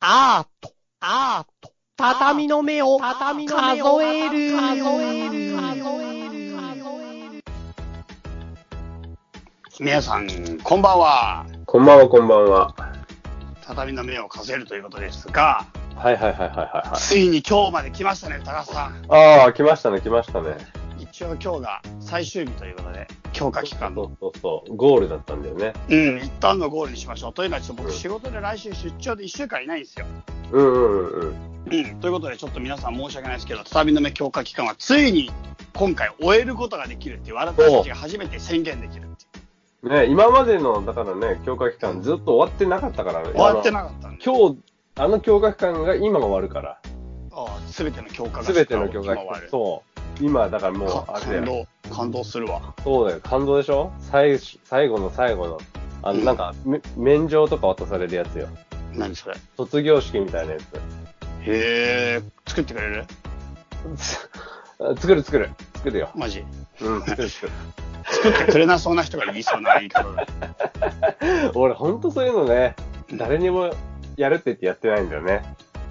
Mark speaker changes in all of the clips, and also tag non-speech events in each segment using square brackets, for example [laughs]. Speaker 1: アート、アート、畳の目を
Speaker 2: 畳の
Speaker 1: 数
Speaker 2: 目を
Speaker 1: える、
Speaker 2: 数える数
Speaker 3: 皆さん、こんばんは。
Speaker 4: こんばんは、こんばんは。
Speaker 3: 畳の目を数えるということですが、
Speaker 4: はいはいはいはいはいは
Speaker 3: ついに今日まで来ましたね、高橋さん。
Speaker 4: い。ああ、来ましたね、来ましたね。
Speaker 3: 一応今日が最終日ということで、強化期間
Speaker 4: そ
Speaker 3: の。
Speaker 4: うそうそう。ゴールだったんだよね。
Speaker 3: うん、一旦のゴールにしましょう。というのは、ちょっと僕仕事で来週出張で1週間いないんですよ。
Speaker 4: うんうんうんうん。
Speaker 3: うん、ということで、ちょっと皆さん申し訳ないですけど、畳の目強化期間はついに今回終えることができるっていう、私たちが初めて宣言できるっていう。
Speaker 4: ね、今までの、だからね、強化期間ずっと終わってなかったからね。
Speaker 3: 終わって
Speaker 4: い。
Speaker 3: なかったんで、
Speaker 4: 今日、あの強化期間が今が終わるから。
Speaker 3: すべての強化が
Speaker 4: すべての強化
Speaker 3: 今
Speaker 4: 期
Speaker 3: 終わ
Speaker 4: 間。
Speaker 3: る
Speaker 4: そう。今、だからもう
Speaker 3: か、
Speaker 4: あれ
Speaker 3: 感
Speaker 4: だよ。
Speaker 3: 動、感動するわ。
Speaker 4: そうだよ。感動でしょ最終、最後の最後の。あの、なんか、め免状とか渡されるやつよ。
Speaker 3: 何それ。
Speaker 4: 卒業式みたいなやつ。
Speaker 3: へえ、作ってくれる
Speaker 4: 作る作る。作るよ。
Speaker 3: マジ。
Speaker 4: うん、作る作る。
Speaker 3: 作ってくれなそうな人が言いそうな言い方だ。
Speaker 4: [laughs] 俺、ほんとそういうのね、誰にもやるって言ってやってないんだよね。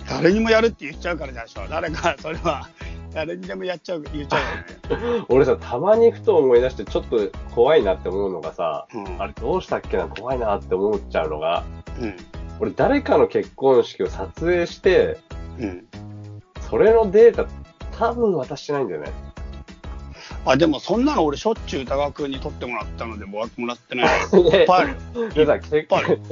Speaker 3: 誰にもやるって言っちゃうからでしょ。誰か、それは、誰にでもやっちゃう、言っちゃう
Speaker 4: 俺さ、たまにふと思い出して、ちょっと怖いなって思うのがさ、
Speaker 3: よね。
Speaker 4: あれどうしたっけな、怖いなって思っちゃうのが、
Speaker 3: うん。
Speaker 4: 俺、誰かの結婚式を撮影して、
Speaker 3: うん。うん。
Speaker 4: それのデータ、多分渡してないんだよね。
Speaker 3: あ、でもそんなの俺しょっちゅう歌川くんに撮ってもらったので、もらもらってないです。い
Speaker 4: い
Speaker 3: っぱいあるよ。
Speaker 4: でさ、結
Speaker 3: ぱいある
Speaker 4: 婚、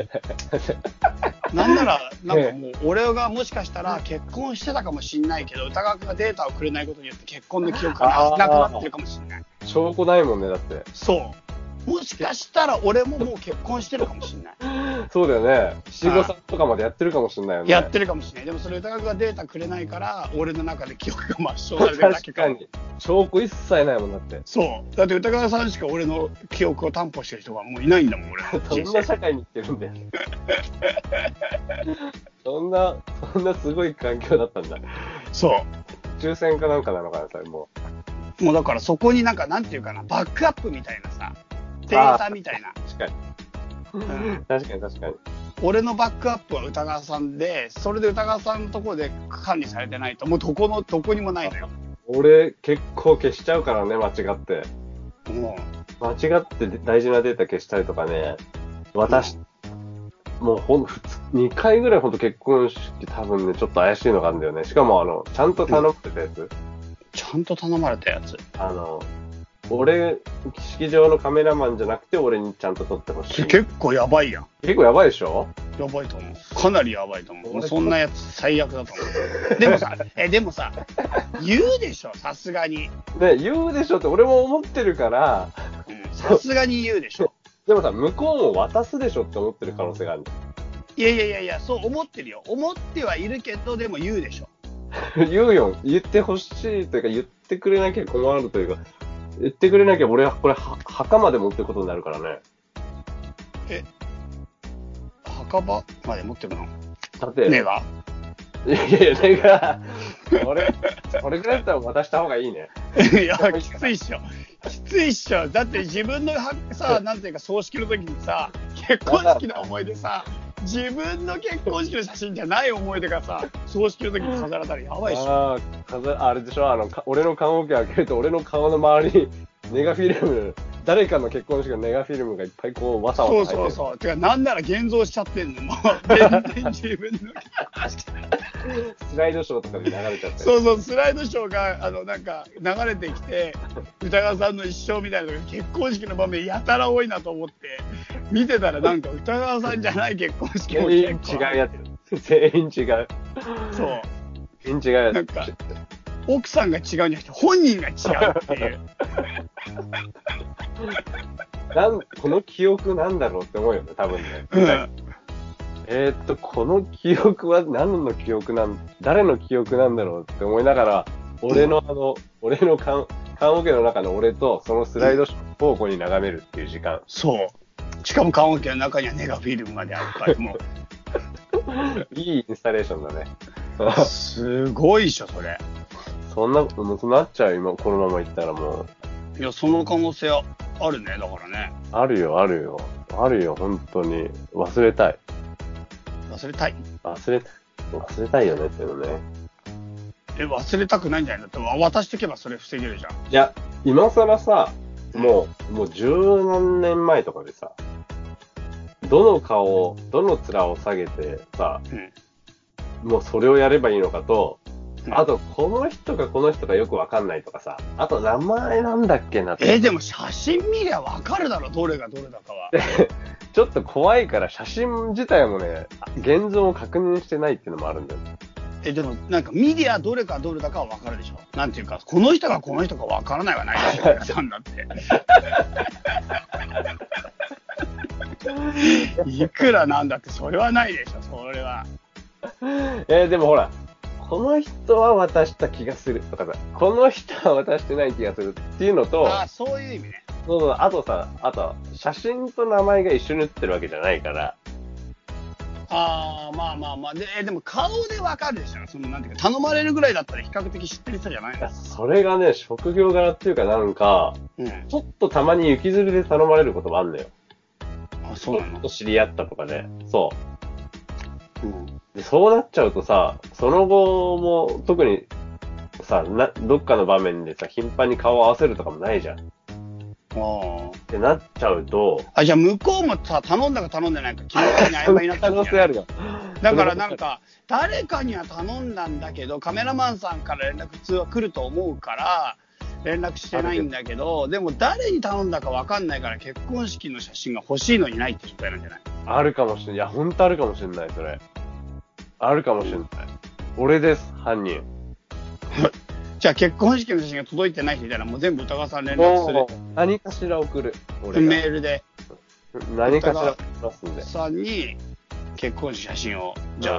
Speaker 3: なんなら、なんかもう、俺がもしかしたら結婚してたかもしんないけど、歌川くんがデータをくれないことによって結婚の記憶がなくなってるかもしんない。
Speaker 4: 証拠ないもんね、だって。
Speaker 3: そう。もしかしたら俺ももう結婚してるかもしんない。
Speaker 4: そうだよね。七五三とかまでやってるかもしれないよね。
Speaker 3: やってるかもしれない。でもそれ歌川君がデータくれないから、俺の中で記憶が抹消されてるだけ
Speaker 4: 確
Speaker 3: か
Speaker 4: か
Speaker 3: も。
Speaker 4: に。証拠一切ないもんだって。
Speaker 3: そう。だって歌川さんしか俺の記憶を担保してる人がもういないんだもん、俺の
Speaker 4: そ
Speaker 3: 人
Speaker 4: んな
Speaker 3: 生。
Speaker 4: 社会に行ってるんだよ。そんな、そんなすごい環境だったんだ。
Speaker 3: そ
Speaker 4: 抽選かなんかなのかな、それも
Speaker 3: う。もうだからそこになんか、なんていうかな、バックアップみたいなさ、データみたいな
Speaker 4: う。。確かに。
Speaker 3: うん
Speaker 4: 確かに確かに。
Speaker 3: 俺のバックアップは歌川さんで、それで歌川さんのとこで管理されてないと、もうどこの、どこにもないのよ。
Speaker 4: 俺、結構消しちゃうからね、間違って。
Speaker 3: も
Speaker 4: 間違って大事なデータ消したりとかね、渡し、もうほん、ふつ2回ぐらいほんと結婚式多分ね、ちょっと怪しいのがあるんだよね。しかもあの、ちゃんと頼ってたやつ。
Speaker 3: う、ちゃんと頼まれたやつ。
Speaker 4: あの、俺、式場のカメラマンじゃなくて、俺にちゃんと撮ってほしい。
Speaker 3: 結構やばいやん。
Speaker 4: 結構やばいでしょ
Speaker 3: やばいと思う。かなりやばいと思う。
Speaker 4: 俺
Speaker 3: そんなやつ最悪だと思う。でもさ、え、でもさ、言うでしょ、さすがに。
Speaker 4: ね、言うでしょって俺も思ってるから、
Speaker 3: うんさすがに言うでしょ。
Speaker 4: でもさ、向こうも渡すでしょって思ってる可能性がある。
Speaker 3: いやいやいやいや、そう思ってるよ。思ってはいるけど、でも言うでしょ。
Speaker 4: 言うよ。言ってほしいというか、言ってくれなきゃ困るというか、言ってくれなきゃ俺はこれは、墓まで持ってくことになるからね。
Speaker 3: 墓場まで持ってるの
Speaker 4: だって、
Speaker 3: 目が
Speaker 4: いやいやいや、だから、俺、それぐらいだったら渡した方がいいね。
Speaker 3: いや、きついっしょ。きついっしょ。だって自分のはさ、なんていうか、葬式の時にさ、結婚式の思い出さ、自分の結婚式の写真じゃない思い出がさ、葬式の時に飾られたらやばいっしょ。
Speaker 4: ああ、飾あれでしょあの、か俺の棺桶開けると、俺の顔の周りに、ネガフィルム、誰かの結婚式のネガフィルムがいっぱいこう、わさ
Speaker 3: そう
Speaker 4: わさ入ってる。
Speaker 3: そうそう。てか、なんなら現像しちゃってんの。もう、全然自分
Speaker 4: [laughs]
Speaker 3: の。
Speaker 4: スライドショーとかで流れちゃって。
Speaker 3: そうそう、スライドショーが、あの、なんか、流れてきて、歌川さんの一生みたいなのが結婚式の場面やたら多いなと思って、見てたらなんか歌川さんじゃない結婚式も
Speaker 4: 全員違
Speaker 3: 結構
Speaker 4: うやつ。全員違う。
Speaker 3: そう。
Speaker 4: 全員違うやつ。
Speaker 3: なんか奥さんが違うんじゃなくて、本人が違うって
Speaker 4: [laughs]
Speaker 3: いう。
Speaker 4: なんこの記憶なんだろうって思うよね、多分ね。
Speaker 3: うん。
Speaker 4: えーっと、この記憶は何の記憶なん、誰の記憶なんだろうって思いながら、俺のあの、俺の缶、缶オケの中の俺と、そのスライドショーを交互に眺めるっていう時間。
Speaker 3: そう。しかも、棺桶の中にはネガフィルムまであるから、
Speaker 4: [laughs]
Speaker 3: も
Speaker 4: いいインスタレーションだね。
Speaker 3: う、
Speaker 4: [laughs]
Speaker 3: すごいっしょ、それ。
Speaker 4: そんな、もうそうなっちゃうよ、今、このまま行ったらもう。
Speaker 3: いや、その可能性あるね、だからね。
Speaker 4: あるよ、あるよ。あるよ、本当に。忘れたい。
Speaker 3: 忘れたい。
Speaker 4: 忘れたい。忘れたいよね、っていうのね。
Speaker 3: え、忘れたくないんじゃないのだって渡してけばそれ防げるじゃん。
Speaker 4: いや、今更さ、もう、もう十何年前とかでさ、どの顔を、どの面を下げてさ、
Speaker 3: うん
Speaker 4: もうそれをやればいいのかと、
Speaker 3: うん
Speaker 4: あと、この人かこの人かよくわかんないとかさ、あと名前なんだっけなって。
Speaker 3: えでも写真見りゃわかるだろ、どれがどれだかは。
Speaker 4: ちょっと怖いから写真自体もね、現像を確認してないっていうのもあるんだよね。
Speaker 3: え、でもなんか見りゃどれかどれだかはわかるでしょ。なんていうか、この人がこの人かわからないはないでしょ、
Speaker 4: [laughs]
Speaker 3: 皆さんだって。いくらなんだって、それはないでしょ、それは。
Speaker 4: [laughs] えーでもほら、この人は渡した気がするとかさ、この人は渡してない気がするっていうのと、
Speaker 3: ああ、そういう意味ね。
Speaker 4: そうそうあとさ、あと、写真と名前が一緒に写ってるわけじゃないから、
Speaker 3: ああ、まあまあまあ。で、えでも顔でわかるでしょ。その、なんていうか、頼まれるぐらいだったら比較的知ってる人じゃない
Speaker 4: い
Speaker 3: の
Speaker 4: やそれがね、職業柄っていうかなんか、
Speaker 3: うん。
Speaker 4: ちょっとたまに雪吊りで頼まれることもあるんだよ。
Speaker 3: あ、そうなの
Speaker 4: ちょっと知り合ったとかね。そ
Speaker 3: うん。
Speaker 4: う。で、そうなっちゃうとさ、その後も特にさ、な、どっかの場面でさ、頻繁に顔を合わせるとかもないじゃん。っ
Speaker 3: ああ。
Speaker 4: てなっちゃうと、
Speaker 3: あ、じゃあ向こうもさ、頼んだか頼んでないか決め手に曖昧になっちゃ
Speaker 4: 可
Speaker 3: う [laughs] じゃ
Speaker 4: 能
Speaker 3: ん
Speaker 4: 性ある [laughs] よ。
Speaker 3: だからなんか、誰かには頼んだんだけど、カメラマンさんから連絡普通は来ると思うから、連絡してないんだけど、でも誰に頼んだかわかんないから結婚式の写真が欲しいのにないって状態なんじゃない
Speaker 4: あるかもしれない。いや、ほんとあるかもしれない、それ。あるかもしれない。俺です、犯人。
Speaker 3: じゃあ結婚式の写真が届いてない人いたらもう全部歌川さん連絡する。
Speaker 4: 何かしら送る。俺が
Speaker 3: メールで
Speaker 4: 何かしら送りますんで。
Speaker 3: さんに結婚式写真を、じゃ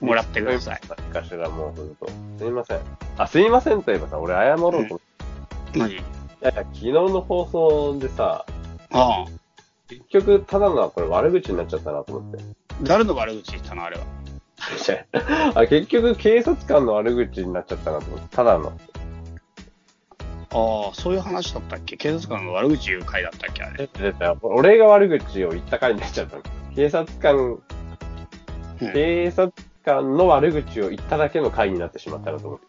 Speaker 3: あ、もらってください。
Speaker 4: 何かしらもうほんと。すいません。あ、すいませんと言えばさ、俺謝ろうと思って。
Speaker 3: 何
Speaker 4: いやいや、昨日の放送でさ、
Speaker 3: ああ。
Speaker 4: 結局、ただのこれ悪口になっちゃったなと
Speaker 3: [laughs]
Speaker 4: 思って。
Speaker 3: 誰の悪口言ったのあれは。
Speaker 4: あ結局、警察官の悪口になっちゃったなと思って。ただの。
Speaker 3: ああ、そういう話だったっけ警察官の悪口言う会だったっけあれ。
Speaker 4: 出たよ俺が悪口を言った回になっちゃったの。警察官、
Speaker 3: うん
Speaker 4: 警察官の悪口を言っただけの回になってしまったなと思っ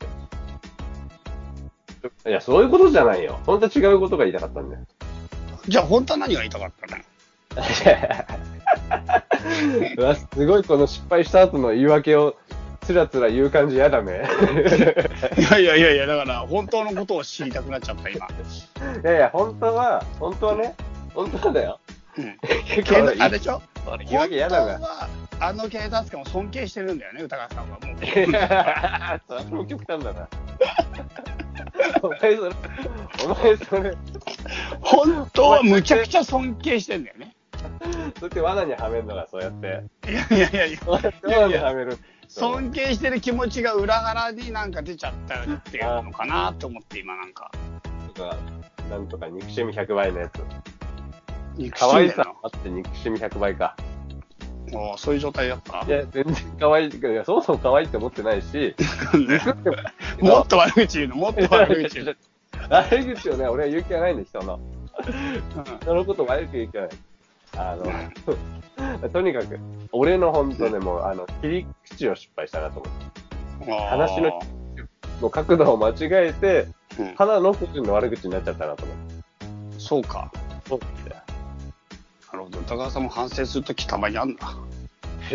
Speaker 4: て。いや、そういうことじゃないよ。本当は違うことが言いたかったん
Speaker 3: [laughs]
Speaker 4: だよ。
Speaker 3: じゃあ本当は何が言いたかったの
Speaker 4: うわ、すごいこの失敗した後の言い訳をつらつら言う感じや
Speaker 3: [laughs]
Speaker 4: だね。
Speaker 3: [laughs] いやいやいやいや、だから本当のことを知りたくなっちゃった、今。
Speaker 4: いやいや、本当は、本当はね、本当はだよ。
Speaker 3: うん
Speaker 4: 結
Speaker 3: 警
Speaker 4: 構
Speaker 3: 察あれでしょ
Speaker 4: 俺言い
Speaker 3: 本
Speaker 4: 訳
Speaker 3: 当
Speaker 4: やだな。
Speaker 3: は、あの警察官を尊敬してるんだよね、歌川さんは。もう。
Speaker 4: それも極端だな。お前それ、お前それ、
Speaker 3: 本当はむちゃくちゃ尊敬してんだよね。
Speaker 4: そうやって罠にはめるのが、そうやって。
Speaker 3: いやいやいやいや。
Speaker 4: そうやって罠にはめる。
Speaker 3: [laughs] 尊敬してる気持ちが裏腹になんか出ちゃったっていうのかなと思って今なんか
Speaker 4: とか、なんとか憎しみ100倍のやつ。
Speaker 3: 憎
Speaker 4: 可
Speaker 3: しん
Speaker 4: 愛
Speaker 3: でんの
Speaker 4: さあって憎しみ100倍か。
Speaker 3: もうそういう状態だった
Speaker 4: いや、全然可愛い。いや、そもそも可愛いって思ってないし、
Speaker 3: もっと悪口言うのもっと悪口言うの、
Speaker 4: 悪口をね、俺は言う気はないんで、人の。
Speaker 3: うん
Speaker 4: 人のこと悪く言う気はない。あの、 [laughs] とにかく、俺の本当ね、もう、あの、切り口を失敗したなと思って。話の、もう角度を間違えて、
Speaker 3: うん
Speaker 4: ただの個人の悪口になっちゃったなと思って。
Speaker 3: そうか
Speaker 4: そうだ
Speaker 3: なるほど歌川さんも反省するときたまにあんだ
Speaker 4: よ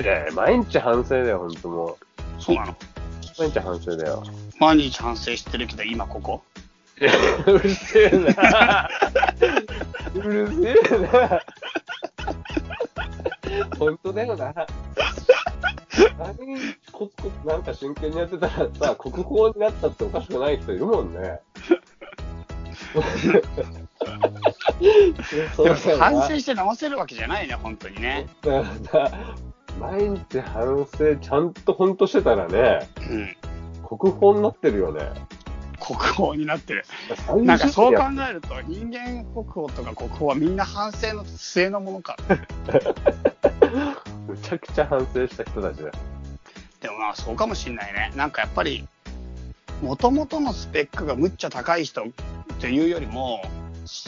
Speaker 4: いやいや毎日反省だよ、本当もう。
Speaker 3: そうなの
Speaker 4: 毎日反省だよ。
Speaker 3: 毎日反省してるけど今ここ
Speaker 4: うるせえな。うるせえな。本当だよな。何コツコツなんか真剣にやってたらさ、国宝になったっておかしくない人いるもんね。そう
Speaker 3: で
Speaker 4: だ
Speaker 3: も
Speaker 4: よな
Speaker 3: 反省して直せるわけじゃないね本当にね
Speaker 4: だから毎日反省ちゃんと本当してたらね、
Speaker 3: うん
Speaker 4: 国宝になってるよね。
Speaker 3: 国宝になってるなんかそう
Speaker 4: [laughs]
Speaker 3: 考えると人間国宝とか国宝はみんな反省の末のものか
Speaker 4: むちゃくちゃ反省した人たちだよ。
Speaker 3: でもまあそうかもしんないねなんかやっぱりもともとのスペックがむっちゃ高い人っていうよりも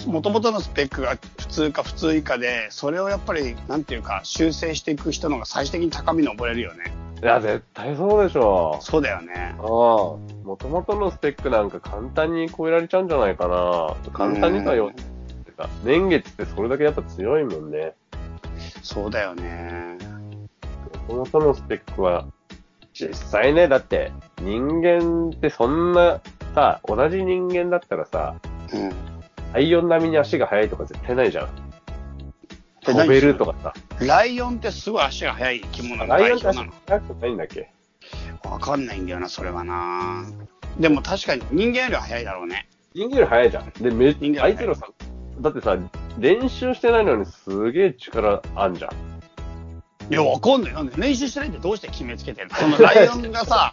Speaker 3: もともとのスペックが普通か普通以下でそれをやっぱりなんていうか修正していく人の方が最終的に高みに登れるよね
Speaker 4: いや、絶対そうでしょ
Speaker 3: そうだよね
Speaker 4: う。。ああ、もともとのスペックなんか簡単に超えられちゃうんじゃないかな。簡単にとはよ、ってか、年月ってそれだけやっぱ強いもんね。
Speaker 3: そうだよね。
Speaker 4: もともとのスペックは、実際ね、だって、人間ってそんな、さ、同じ人間だったらさ、
Speaker 3: うん。
Speaker 4: ライオン並みに足が速いとか絶対ないじゃん。
Speaker 3: え
Speaker 4: 飛べるとかさ。
Speaker 3: ライオンってすごい足が速い生き物の
Speaker 4: ライ
Speaker 3: 代
Speaker 4: オンって
Speaker 3: 表
Speaker 4: 足
Speaker 3: なの
Speaker 4: 速くないんだっけ
Speaker 3: わかんないんだよな、それはな。でも確かに人間よりは速いだろうね。
Speaker 4: 人間より速いじゃん。で、め
Speaker 3: 人間より速
Speaker 4: 相手
Speaker 3: い
Speaker 4: のさ、だってさ、練習してないのにすげえ力あんじゃん。
Speaker 3: いや、わかんない。なんで練習してないってどうして決めつけてるのそのライオンがさ、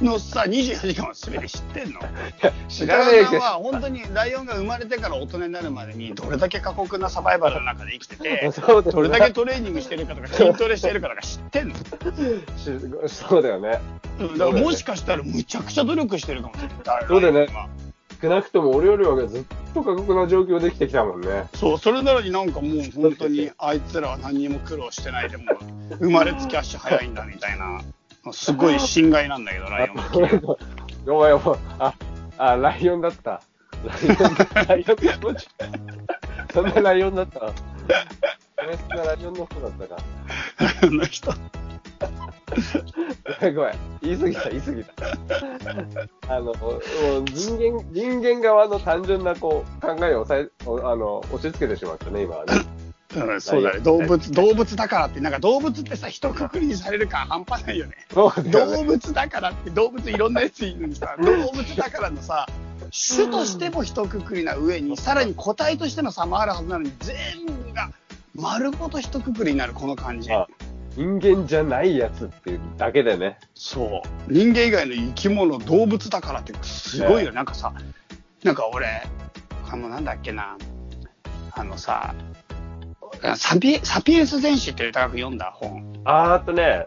Speaker 3: のさ、24時間は全て知ってんの
Speaker 4: 知
Speaker 3: ライ
Speaker 4: らね
Speaker 3: オ
Speaker 4: え
Speaker 3: ン
Speaker 4: け
Speaker 3: さん
Speaker 4: ど
Speaker 3: は。本当にライオンが生まれてから大人になるまでにどれだけ過酷なサバイバルの中で生きてて
Speaker 4: そうだよね
Speaker 3: どれだけトレーニングしてるかとか筋トレしてるかとか知ってんの
Speaker 4: しそうだよね。
Speaker 3: うんだからもしかしたらむちゃくちゃ努力してるかもしれない
Speaker 4: そうだよね
Speaker 3: ライオンは
Speaker 4: 少なくとも俺よりはずっと過酷な状況で生きてきたもんね。
Speaker 3: そうそれなのになんかもう本当にあいつらは何にも苦労してないでもう生まれつき足早いんだみたいなすごい心外なんだけどライオ
Speaker 4: [laughs]
Speaker 3: ンは
Speaker 4: やばいやばい。あ、あ、ライオンだった。ライオンだった。ライオンだった。そんなライオンだった。大好きなライオンの方だったか。
Speaker 3: ライオンの人
Speaker 4: ごめんごめん。言い過ぎた、言い過ぎた。あの、もう人間、人間側の単純なこう考えを抑え、おあの、押し付けてしまったね、今はね。
Speaker 3: うん、そうだね動物動物だからってなんか動物ってさ一括りにされる感半端ないよね
Speaker 4: そうだよね
Speaker 3: 動物だからって動物いろんなやついるのにさ動物だからのさ種としても一括りな上にさらに個体としての差もあるはずなのに全部が丸ごと一括りになるこの感じ
Speaker 4: あ人間じゃないやつっていうだけでね。
Speaker 3: そう人間以外の生き物動物だからってすごいよなんかさなんか俺あのなんだっけなあのさサピサピエンス全史っていう高く読んだ本
Speaker 4: あーっとね、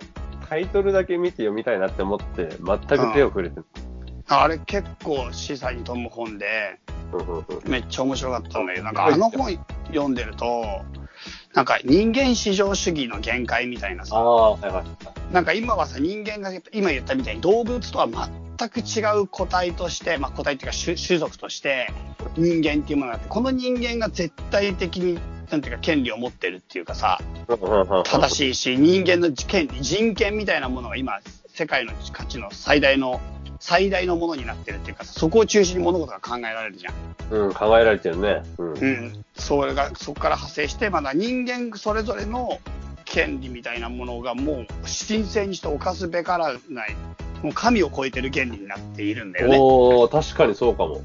Speaker 4: タイトルだけ見て読みたいなって思って、全く手を触れてない
Speaker 3: あれ結構示唆に富む本で
Speaker 4: うんうんうん
Speaker 3: めっちゃ面白かったんだけどなんかあの本読んでるとなんか人間至上主義の限界みたいな
Speaker 4: あ
Speaker 3: さ
Speaker 4: あ、はいはい。
Speaker 3: なんか今はさ人間が今言ったみたいに動物とは全く違う個体として、まあ、個体っていうか種種族として人間っていうものがあってこの人間が絶対的になんていうか権利を持ってるっていうかさ正
Speaker 4: い。
Speaker 3: しいし人間の権利人権みたいなものが今世界の価値の最大の最大のものになってるっていうかそこを中心に物事が考えられるじゃん。
Speaker 4: うん、考えられてるね。う
Speaker 3: う
Speaker 4: ん。
Speaker 3: ん、それがそこから派生してまだ人間それぞれの権利みたいなものがもう神聖にして犯すべからないもう神を超えてる権利になっているんだよね。
Speaker 4: おお確かにそうかも。
Speaker 3: うん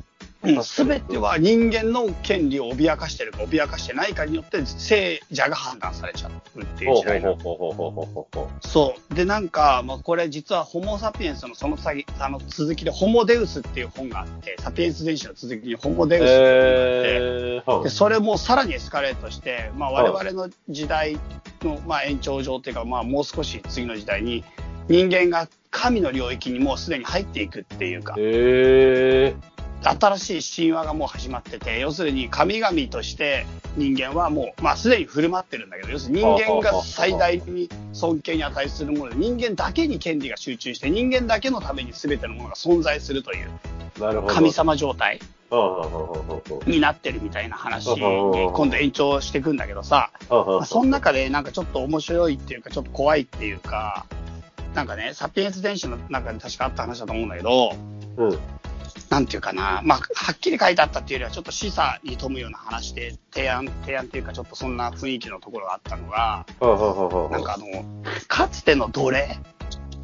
Speaker 3: 全ては人間の権利を脅かしてるか脅かしてないかによって聖者が判断されちゃうっていう
Speaker 4: ほう
Speaker 3: 時代なの
Speaker 4: ほうほうほうほうほうほ
Speaker 3: そう。で、なんか、まあ、これ実はホモ・サピエンスのその先、あの続きで、ホモ・デウスっていう本があって、サピエンス全史の続きにホモ・デウスっていうのがあって、
Speaker 4: えー、は
Speaker 3: でそれもさらにエスカレートして、まあ、我々の時代の、まあ、延長上っていうか、まあ、もう少し次の時代に、人間が神の領域にもうすでに入っていくっていうか
Speaker 4: い。、え
Speaker 3: 新しい神話がもう始まってて要するに神々として人間はもう、まあ、すでに振る舞ってるんだけど要するに人間が最大に尊敬に値するもので人間だけに権利が集中して人間だけのために全てのものが存在するという
Speaker 4: ー、なるほど。
Speaker 3: 神様状態
Speaker 4: うん。うん
Speaker 3: になってるみたいな話
Speaker 4: あ
Speaker 3: に
Speaker 4: あ
Speaker 3: 今度延長していくんだけどさ
Speaker 4: うんうん
Speaker 3: まあその中でなんかちょっと面白いっていうかちょっと怖いっていうかなんかねサピエンス電子の中に確かあった話だと思うんだけど。
Speaker 4: うん。
Speaker 3: なんていうかな、まあ、はっきり書いてあったっていうよりは、ちょっと示唆に富むような話で、提案、提案っていうか、ちょっとそんな雰囲気のところがあったのが、
Speaker 4: うんうんうん
Speaker 3: なんかあの、かつての奴隷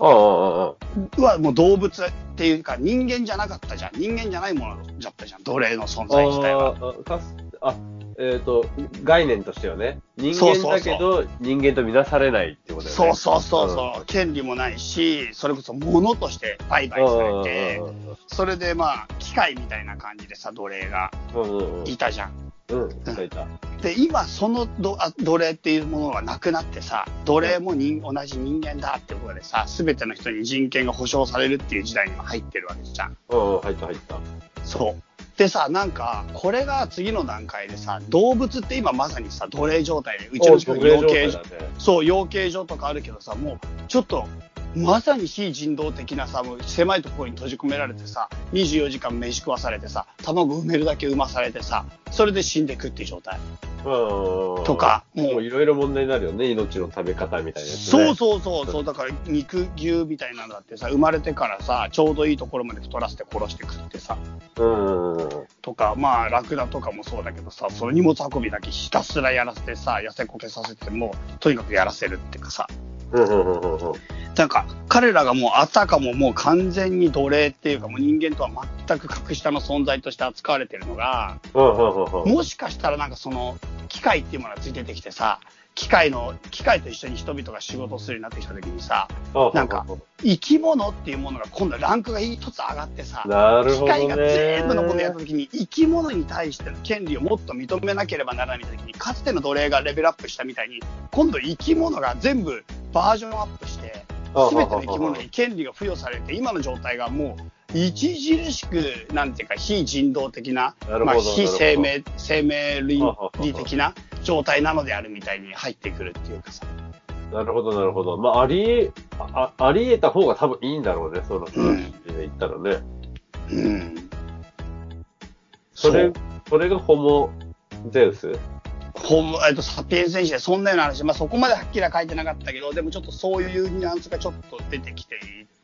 Speaker 4: う
Speaker 3: はもう動物っていうか、人間じゃなかったじゃん。人間じゃないものだったじゃん。奴隷の存在
Speaker 4: んうん
Speaker 3: 自
Speaker 4: うん。
Speaker 3: 体は。
Speaker 4: あーあかすあ、えっ、と、概念としてはね、人間だけど人間と見なされないってことだよね。
Speaker 3: そうそうそうそう、権利もないし、それこそ物として売買されて
Speaker 4: う、んうん
Speaker 3: それでまあ、機械みたいな感じでさ、奴隷が
Speaker 4: うんうんうん
Speaker 3: いたじゃん。
Speaker 4: うん、いたいた。
Speaker 3: で今そのどあ奴隷っていうものがなくなってさ奴隷も人同じ人間だってことでさ全ての人に人権が保障されるっていう時代にも入ってるわけじゃん
Speaker 4: うんうん、入った入った。
Speaker 3: そうでさなんかこれが次の段階でさ動物って今まさにさ奴隷状態でうちの近くに養鶏
Speaker 4: ね。
Speaker 3: そう養鶏場とかあるけどさもうちょっとまさに非人道的なさ、もう狭いところに閉じ込められてさ、24時間飯食わされてさ、卵埋めるだけ産まされてさ、それで死んでくっていう状態。
Speaker 4: うん。
Speaker 3: とか
Speaker 4: もういろいろ問題になるよね。命の食べ方みたいなやつ、ね。
Speaker 3: そうそうそう、そうだから肉牛みたいなのだってさ、生まれてからさ、ちょうどいいところまで太らせて殺して食ってさ、
Speaker 4: う。うんうんうん。
Speaker 3: とか、まあ、ラクダとかもそうだけどさ、その荷物運びだけひたすらやらせてさ、痩せこけさせて、もう、とにかくやらせるっていうかさ、
Speaker 4: うんうんうんうんうん。
Speaker 3: なんか、彼らがもう、あたかももう完全に奴隷っていうか、もう人間とは全く格下の存在として扱われてるのが、
Speaker 4: うんうんうんうん。
Speaker 3: もしかしたらなんかその、機械っていうものがついててきてさ、機械の、機械と一緒に人々が仕事をするようになってきた時にさ、なんか生き物っていうものが今度ランクが一つ上がってさ、
Speaker 4: なる
Speaker 3: 機
Speaker 4: ほどね。
Speaker 3: 械が全部のことをやった時に生き物に対しての権利をもっと認めなければならないみたいな時にかつての奴隷がレベルアップしたみたいに今度生き物が全部バージョンアップして
Speaker 4: あ
Speaker 3: 全ての生き物に権利が付与されて今の状態がもう著しくなんていうか非人道的な
Speaker 4: なるほど
Speaker 3: まあ、
Speaker 4: なるほど
Speaker 3: 非生命生命倫理的な状態なのであるみたいに入ってくるっていうかさ。
Speaker 4: なるほど、なるほど。まあ、ありえ、ああありえた方が多分いいんだろうね、その話で言ったらね。
Speaker 3: うん、
Speaker 4: それ
Speaker 3: う、
Speaker 4: それがホモゼウス
Speaker 3: ほんえっと、サピエンス選手でそんなような話、まあ、そこまではっきりは書いてなかったけど、でもちょっとそういうニュアンスがちょっと出てきて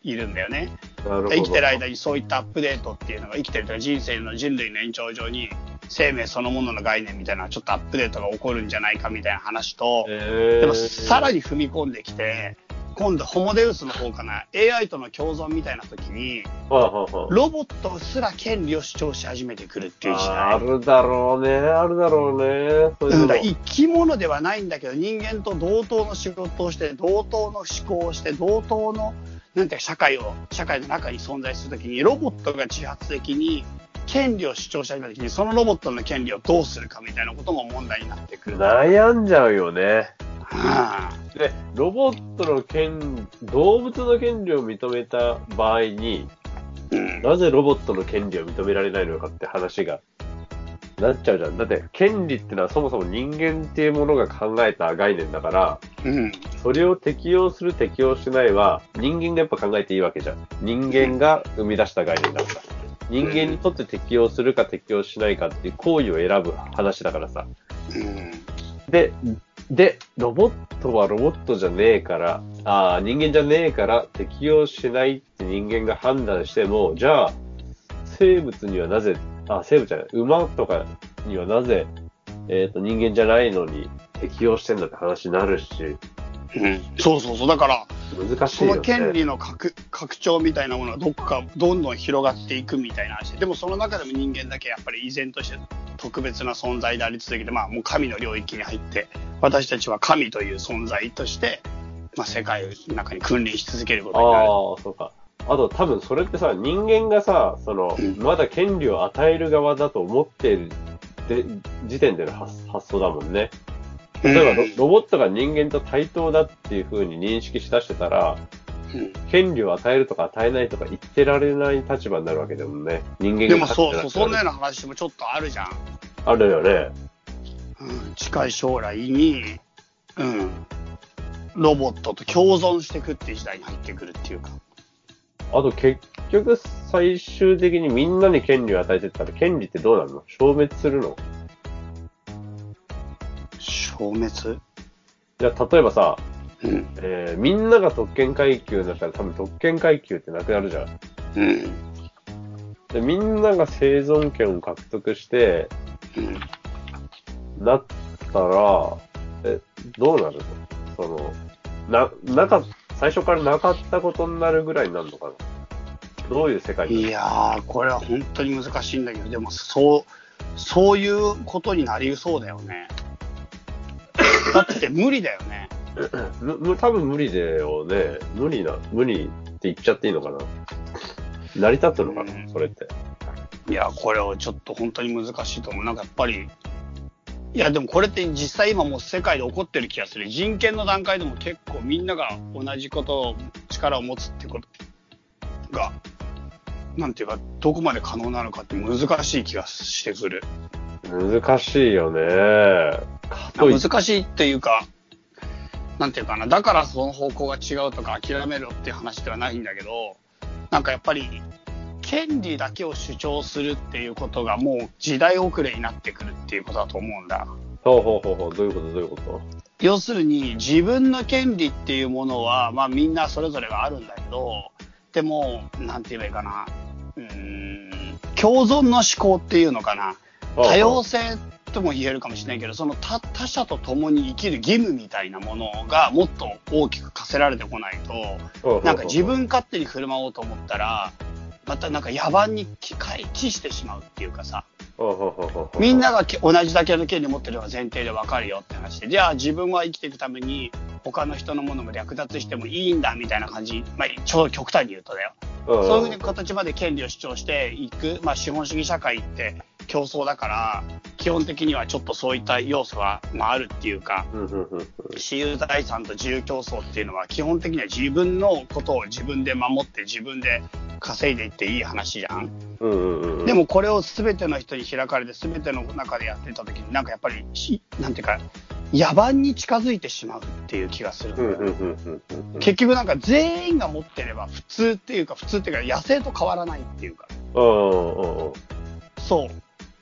Speaker 3: いいるんだよね。
Speaker 4: なるほど。
Speaker 3: 生きてる間にそういったアップデートっていうのが、生きてるというか人生の人類の延長上に、生命そのものの概念みたいな、ちょっとアップデートが起こるんじゃないかみたいな話と、
Speaker 4: えー、
Speaker 3: でもさらに踏み込んできて、今度、ホモデウスの方かな、AI との共存みたいな時に、
Speaker 4: はあはあはあ
Speaker 3: ロボットすら権利を主張し始めてくるっていう時代。
Speaker 4: あるだろうね、あるだろうね。そういう
Speaker 3: うん
Speaker 4: の
Speaker 3: だから生き物ではないんだけど人間と同等の仕事をして同等の思考をして同等のなんていうか社会を社会の中に存在するときにロボットが自発的に権利を主張したときにそのロボットの権利をどうするかみたいなことも問題になってくる。
Speaker 4: 悩んじゃうよね。
Speaker 3: うん
Speaker 4: で、ロボットの権、動物の権利を認めた場合に、なぜロボットの権利を認められないのかって話がなっちゃうじゃん。だって、権利ってのはそもそも人間っていうものが考えた概念だから、
Speaker 3: うん
Speaker 4: それを適用する適用しないは、人間がやっぱ考えていいわけじゃん。人間が生み出した概念だから。人間にとって適用するか適用しないかっていう行為を選ぶ話だからさ。
Speaker 3: うん
Speaker 4: で、で、ロボットはロボットじゃねえから、ああ、人間じゃねえから適用しないって人間が判断しても、じゃあ、生物にはなぜ、あ、生物じゃない、馬とかにはなぜ、えっ、と、人間じゃないのに適用してんだって話になるし、
Speaker 3: うんそうそうそうだから
Speaker 4: 難しい
Speaker 3: そ
Speaker 4: よね。
Speaker 3: の権利の拡拡張みたいなものはどこかどんどん広がっていくみたいな話でもその中でも人間だけやっぱり依然として特別な存在であり続けて、まあ、もう神の領域に入って私たちは神という存在として、まあ、世界の中に君臨し続けることになる
Speaker 4: ああ、そうか。あと多分それってさ、人間がさ、その
Speaker 3: うん、
Speaker 4: まだ権利を与える側だと思ってるで時点での発発想だもんね。例えばロ,、
Speaker 3: うん
Speaker 4: ロボットが人間と対等だっていう風に認識しだしてたら、
Speaker 3: うん
Speaker 4: 権利を与えるとか与えないとか言ってられない立場になるわけだもんね。人間が
Speaker 3: でもそうそう
Speaker 4: 立
Speaker 3: そ
Speaker 4: 場
Speaker 3: ん
Speaker 4: に
Speaker 3: なよ
Speaker 4: な
Speaker 3: う
Speaker 4: る
Speaker 3: な話もちょっとあるじゃん、
Speaker 4: あるよね。
Speaker 3: うん、近い将来に、うん、ロボットと共存していくっていう時代に入ってくるっていうか。
Speaker 4: あと結局最終的にみんなに権利を与えてったら権利ってどうなるの消滅するの
Speaker 3: 消滅、
Speaker 4: じゃあ例えばさ、
Speaker 3: うん
Speaker 4: えーみんなが特権階級だったら多分特権階級ってなくなるじゃん。
Speaker 3: うん
Speaker 4: で、みんなが生存権を獲得して、
Speaker 3: うん
Speaker 4: なったら、え、どうなるのその、な、なか、最初からなかったことになるぐらいになるのかなどういう世界
Speaker 3: いやー、これは本当に難しいんだけど、でもそう、そういうことになりそうだよね。だって無理だよね。
Speaker 4: むむ多分無理だよね。無理な、無理って言っちゃっていいのかな成り立つのか
Speaker 3: うん
Speaker 4: なそれって。
Speaker 3: いや、これをちょっと本当に難しいと思う。なんかやっぱり、いや、でもこれって実際今もう世界で起こってる気がする。人権の段階でも結構みんなが同じことを、力を持つってことが、なんていうか、どこまで可能なのかって難しい気がしてくる。
Speaker 4: 難しいよね。かといっ
Speaker 3: 難しいっていうか、なんていうかな、だからその方向が違うとか諦めろっていう話ではないんだけど、なんかやっぱり、権利だけを主張するっていうことがもう時代遅れになってくるっていうことだと思うんだ。
Speaker 4: ほうほうほうほう、どういうことどういうこと
Speaker 3: 要するに自分の権利っていうものは、まあ、みんなそれぞれがあるんだけどでもなんて言えばいいかなうーん共存の思考っていうのかな多様性とも言えるかもしれないけどその他他者と共に生きる義務みたいなものがもっと大きく課せられてこないと
Speaker 4: ほうほうほう
Speaker 3: なんか自分勝手に振る舞おうと思ったらまたなんか野蛮に回帰してしまうっていうかさ
Speaker 4: ほうほうほうほうほう
Speaker 3: みんながけ同じだけの権利持ってるのが前提で分かるよって話で、じゃあ自分は生きていくために他の人のものも略奪してもいいんだみたいな感じ、まあ、ちょうど極端に言うとだよ。そういうふうに形まで権利を主張していく、まあ、資本主義社会って競争だから、基本的にはちょっとそういった要素が、まあ、あるっていうか、
Speaker 4: うんうんうんうん
Speaker 3: 私有財産と自由競争っていうのは基本的には自分のことを自分で守って自分で稼いでいっていい話じゃん。
Speaker 4: うんうんうん
Speaker 3: でもこれを全ての人に開かれて全ての中でやってた時になんかやっぱりしなんていうか野蛮に近づいてしまうっていう気がするん
Speaker 4: う
Speaker 3: だ
Speaker 4: ん
Speaker 3: よね、
Speaker 4: うんうんうんうん
Speaker 3: 結局なんか全員が持ってれば普通っていうか普通っていうか野生と変わらないっていうか
Speaker 4: うんうんうん
Speaker 3: そう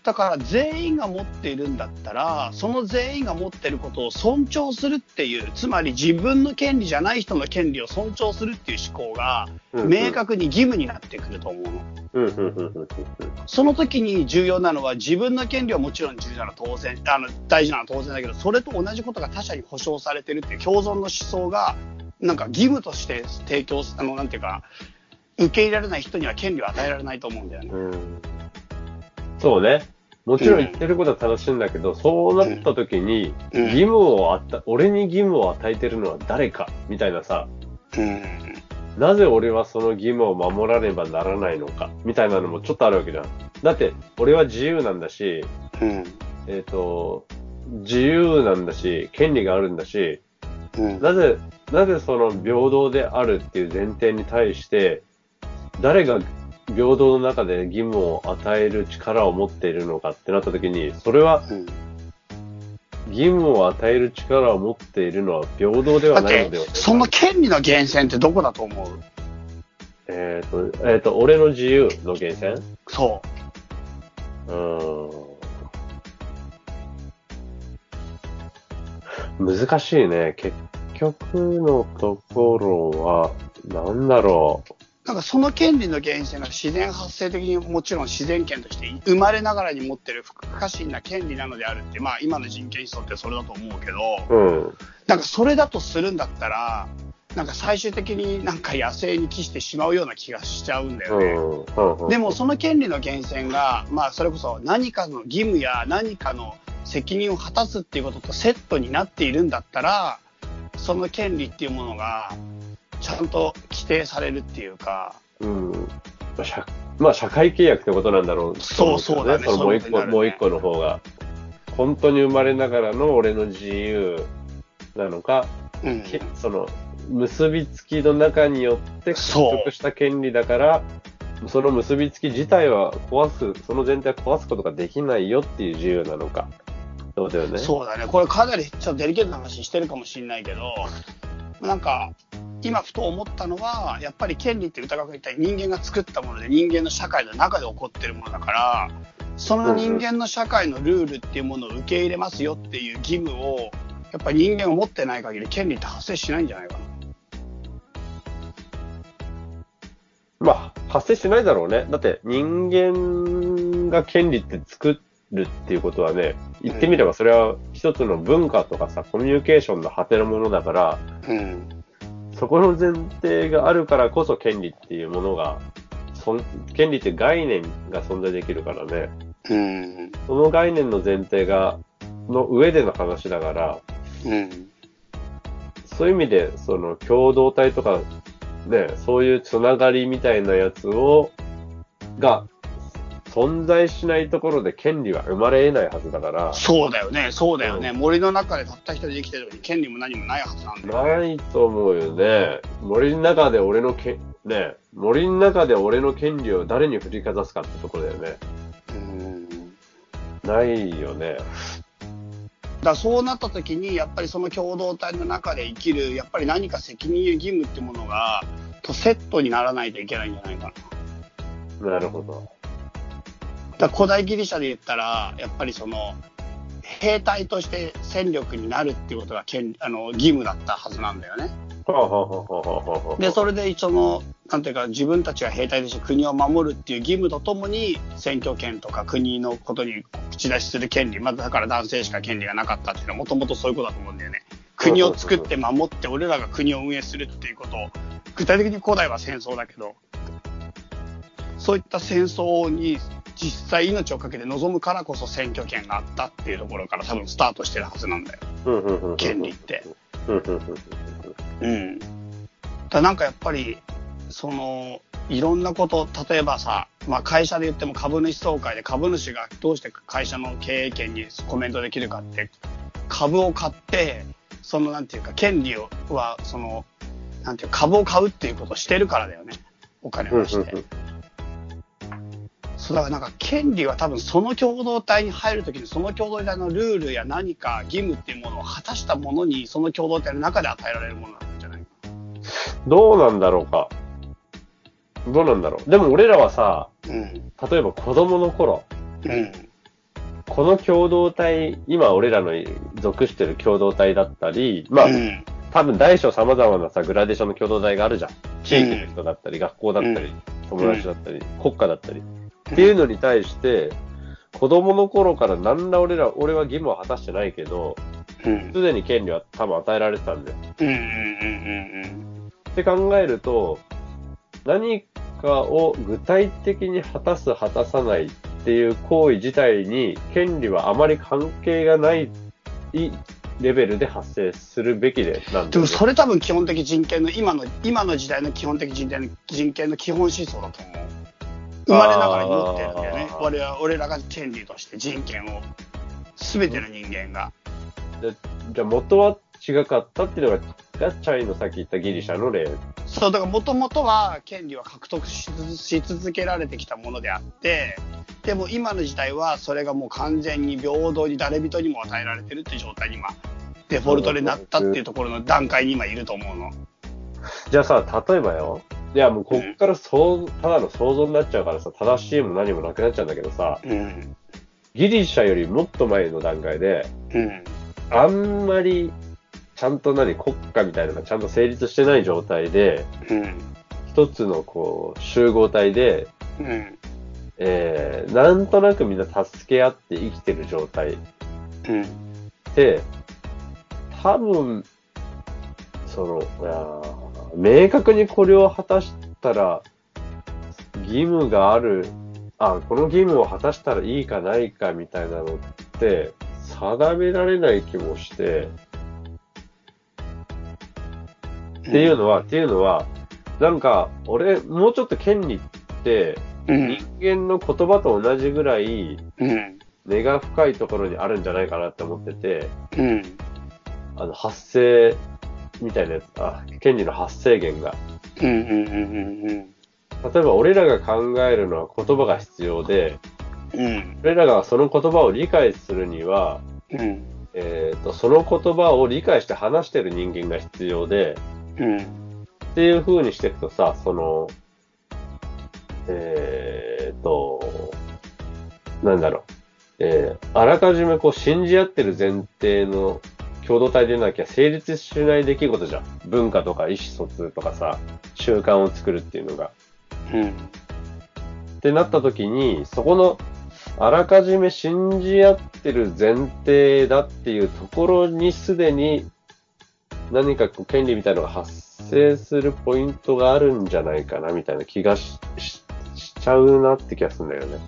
Speaker 3: だから全員が持っているんだったらその全員が持っていることを尊重するっていうつまり自分の権利じゃない人の権利を尊重するっていう思考が
Speaker 4: うんうん
Speaker 3: 明確に義務になってくると思うの。
Speaker 4: うんうんうんうんうん
Speaker 3: その時に重要なのは自分の権利はもちろん重要なのは当然あの大事なのは当然だけどそれと同じことが他者に保障されてるっていう共存の思想がなんか義務として提供すあのなんていうか受け入れられない人には権利を与えられないと思うんだよね。
Speaker 4: うんそうね。もちろん言ってることは正しいんだけど、そうなった時に、
Speaker 3: うん
Speaker 4: 義務をあった、俺に義務を与えてるのは誰か、みたいなさ、
Speaker 3: うん
Speaker 4: なぜ俺はその義務を守らねばならないのか、みたいなのもちょっとあるわけじゃん。だって、俺は自由なんだし、
Speaker 3: うん
Speaker 4: えっ、と、自由なんだし、権利があるんだし、
Speaker 3: うん
Speaker 4: なぜ、なぜその平等であるっていう前提に対して、誰が平等の中で義務を与える力を持っているのかってなった時に、それは
Speaker 3: うん
Speaker 4: 義務を与える力を持っているのは平等で
Speaker 3: だ
Speaker 4: は
Speaker 3: っ
Speaker 4: ないの
Speaker 3: て
Speaker 4: ではないか
Speaker 3: その権利の源泉ってどこだと思う
Speaker 4: えっ、と、えっ、と、俺の自由の源泉
Speaker 3: そう
Speaker 4: ーん。難しいね。結局のところは、なんだろう。
Speaker 3: うなんかその権利の源泉が自然発生的にもちろん自然権として生まれながらに持ってる不可侵な権利なのであるってまあ今の人権思想ってそれだと思うけど、
Speaker 4: うん。
Speaker 3: なんかそれだとするんだったら、なんか最終的になんか野生に帰してしまうような気がしちゃうんだよね。
Speaker 4: うん。
Speaker 3: でもその権利の源泉が、まあそれこそ何かの義務や何かの責任を果たすっていうこととセットになっているんだったら、その権利っていうものがちゃんと規定されるっていうか、
Speaker 4: うん。まあ、社まあ、社会契約ってことなんだろう。
Speaker 3: そうそうだね
Speaker 4: そのもう一
Speaker 3: そういうことにな
Speaker 4: 個、
Speaker 3: るね
Speaker 4: もう一個の方が。本当に生まれながらの俺の自由なのか、
Speaker 3: うん、
Speaker 4: けその、結びつきの中によって
Speaker 3: そう
Speaker 4: 獲得した権利だから、その結びつき自体は壊す、その全体を壊すことができないよっていう自由なのか。そうだよね。
Speaker 3: そうだね、これかなりちょっとデリケートな話してるかもしれないけど、なんか、今ふと思ったのは、やっぱり権利って歌川君言ったように人間が作ったもので、人間の社会の中で起こってるものだから、その人間の社会のルールっていうものを受け入れますよっていう義務を、やっぱり人間が持ってない限り権利って発生しないんじゃないかな。
Speaker 4: まあ、発生しないだろうね。だって人間が権利って作るっていうことはね、言ってみればそれは一つの文化とかさ、コミュニケーションの果てのものだから、
Speaker 3: うん。
Speaker 4: そこの前提があるからこそ権利っていうものが、そん権利って概念が存在できるからね。
Speaker 3: うん。
Speaker 4: その概念の前提が、の上での話だから、
Speaker 3: うん。
Speaker 4: そういう意味で、その共同体とか、ね、そういうつながりみたいなやつを、が、存在しないところで権利は生まれ得ないはずだから、
Speaker 3: そうだよね、そうだよね。森の中でたった一人で生きてるのに権利も何もないはずなんだよ。
Speaker 4: ないと思うよね。森の中で俺のけ、ね、森の中で俺の権利を誰に振りかざすかってところだよね。
Speaker 3: うん。
Speaker 4: ないよね。
Speaker 3: からそうなった時にやっぱりその共同体の中で生きるやっぱり何か責任や義務ってものがとセットにならないといけないんじゃないかな。
Speaker 4: なるほど。
Speaker 3: だから古代ギリシャで言ったらやっぱりその兵隊として戦力になるっていうことが権あの義務だったはずなんだよね。
Speaker 4: はあはあはあはあはあはあ
Speaker 3: でそれでそのなんていうか自分たちが兵隊として国を守るっていう義務とともに選挙権とか国のことに口出しする権利まずだから男性しか権利がなかったっていうのはもともとそういうことだと思うんだよね。国を作って守って俺らが国を運営するっていうことを具体的に古代は戦争だけどそういった戦争に実際命を懸けて臨むからこそ選挙権があったっていうところから多分スタートしてるはずなんだよ
Speaker 4: うんうんうんうん
Speaker 3: 権利って。
Speaker 4: うんうんうんうん
Speaker 3: うん、だからなんかやっぱりそのいろんなこと例えばさ、まあ、会社で言っても株主総会で株主がどうして会社の経営権にコメントできるかって株を買ってそのなんていうか権利をはそのなんていうか株を買うっていうことをしてるからだよねお金を出して。
Speaker 4: うんうんうん
Speaker 3: そうだからなんか権利は多分その共同体に入るときにその共同体のルールや何か義務っていうものを果たしたものにその共同体の中で与えられるものなんじゃない
Speaker 4: どうなんだろうか。どうなんだろう。でも俺らはさ、
Speaker 3: うん
Speaker 4: 例えば子供の頃、
Speaker 3: うん
Speaker 4: この共同体、今俺らの属してる共同体だったり、まあ、
Speaker 3: うん
Speaker 4: 多分大小様々なさ、グラデーションの共同体があるじゃん。地域の人だったり、学校だったり、友達だったり、国家だったり。っていうのに対して、子供の頃から何ら俺ら、俺は義務を果たしてないけど、
Speaker 3: うん
Speaker 4: すでに権利は多分与えられてたんだよ。
Speaker 3: うんうん
Speaker 4: って考えると、何かを具体的に果たす、果たさないっていう行為自体に、権利はあまり関係がないレベルで発生するべきで、なん
Speaker 3: で
Speaker 4: だよ
Speaker 3: も
Speaker 4: ね
Speaker 3: それ多分基本的人権の今の今の時代の基本的人権の人権の基本思想だと思う生まれながらに持ってるんだよね
Speaker 4: あー
Speaker 3: 我々俺らが権利として人権を全ての人間が
Speaker 4: でじゃあ元は違かったっていうのが、がチャイのさっき言ったギリシャの例。
Speaker 3: そうだからもともとは権利は獲得し続し続けられてきたものであってでも今の時代はそれがもう完全に平等に誰人にも与えられてるっていう状態に今デフォルトでなったっていうところの段階に今いると思うの。
Speaker 4: じゃあさ、例えばよ。いや、もうこっからそう、ただの想像になっちゃうからさ、正しいも何もなくなっちゃうんだけどさ、
Speaker 3: うん
Speaker 4: ギリシャよりもっと前の段階で、
Speaker 3: うん
Speaker 4: あんまり、ちゃんと何、国家みたいなのがちゃんと成立してない状態で、
Speaker 3: うん
Speaker 4: 一つのこう、集合体で、
Speaker 3: うん
Speaker 4: えー、なんとなくみんな助け合って生きてる状態
Speaker 3: うん
Speaker 4: って、多分、その、あー明確にこれを果たしたら、義務がある、あ、この義務を果たしたらいいかないかみたいなのって、定められない気もして、っていうのは、っていうのは、なんか、俺、もうちょっと権利って、
Speaker 3: うん
Speaker 4: 人間の言葉と同じぐらい、
Speaker 3: うん
Speaker 4: 根が深いところにあるんじゃないかなって思ってて、
Speaker 3: うん
Speaker 4: あの、発生みたいなやつ、あ、権利の発生源が。
Speaker 3: うんうんうんうん
Speaker 4: 例えば、俺らが考えるのは言葉が必要で、
Speaker 3: うん
Speaker 4: 俺らがその言葉を理解するには、
Speaker 3: うん
Speaker 4: えっ、と、その言葉を理解して話してる人間が必要で、
Speaker 3: うん
Speaker 4: っていう風にしていくとさ、その、えーと、なんだろう、えーあらかじめこう信じ合ってる前提の共同体でなきゃ成立しない出来事じゃん。文化とか意思疎通とかさ、習慣を作るっていうのが。
Speaker 3: うん
Speaker 4: ってなった時に、そこの、あらかじめ信じ合ってる前提だっていうところにすでに何かこう権利みたいのが発生するポイントがあるんじゃないかなみたいな気がしししちゃうなって気がするんだよね。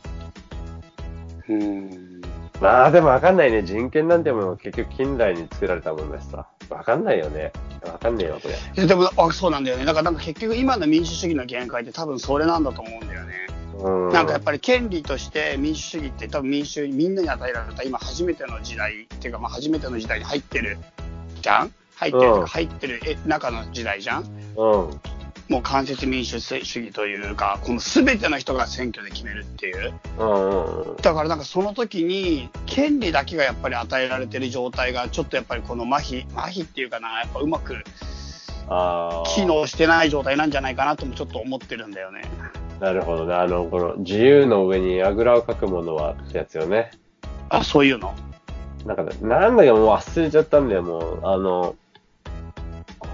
Speaker 3: うん
Speaker 4: まあでもわかんないね。人権なんてもの結局近代に作られたもんだしさ。わかんないよね。わかんねえよ、これ。
Speaker 3: いやでもあそうなんだよねだからなんか結局今の民主主義の限界って多分それなんだと思うんだよね
Speaker 4: うん。
Speaker 3: なんかやっぱり権利として民主主義って多分民主みんなに与えられた今初めての時代っていうかまあ初めての時代に入ってるじゃん入ってると
Speaker 4: う
Speaker 3: か
Speaker 4: ん
Speaker 3: 入ってるえ中の時代じゃん
Speaker 4: うん。
Speaker 3: もう間接民主主義というか、この全ての人が選挙で決めるっていう。
Speaker 4: うんうんうん。
Speaker 3: だからなんかその時に、権利だけがやっぱり与えられてる状態が、ちょっとやっぱりこの麻痺、麻痺っていうかな、やっぱうまく
Speaker 4: ああ。
Speaker 3: 機能してない状態なんじゃないかなともちょっと思ってるんだよね。
Speaker 4: なるほどね。あの、この、自由の上にあぐらをかくものはってやつよね。
Speaker 3: あ、そういうの。
Speaker 4: なんかね、なんだかもう忘れちゃったんだよ、もう。あの、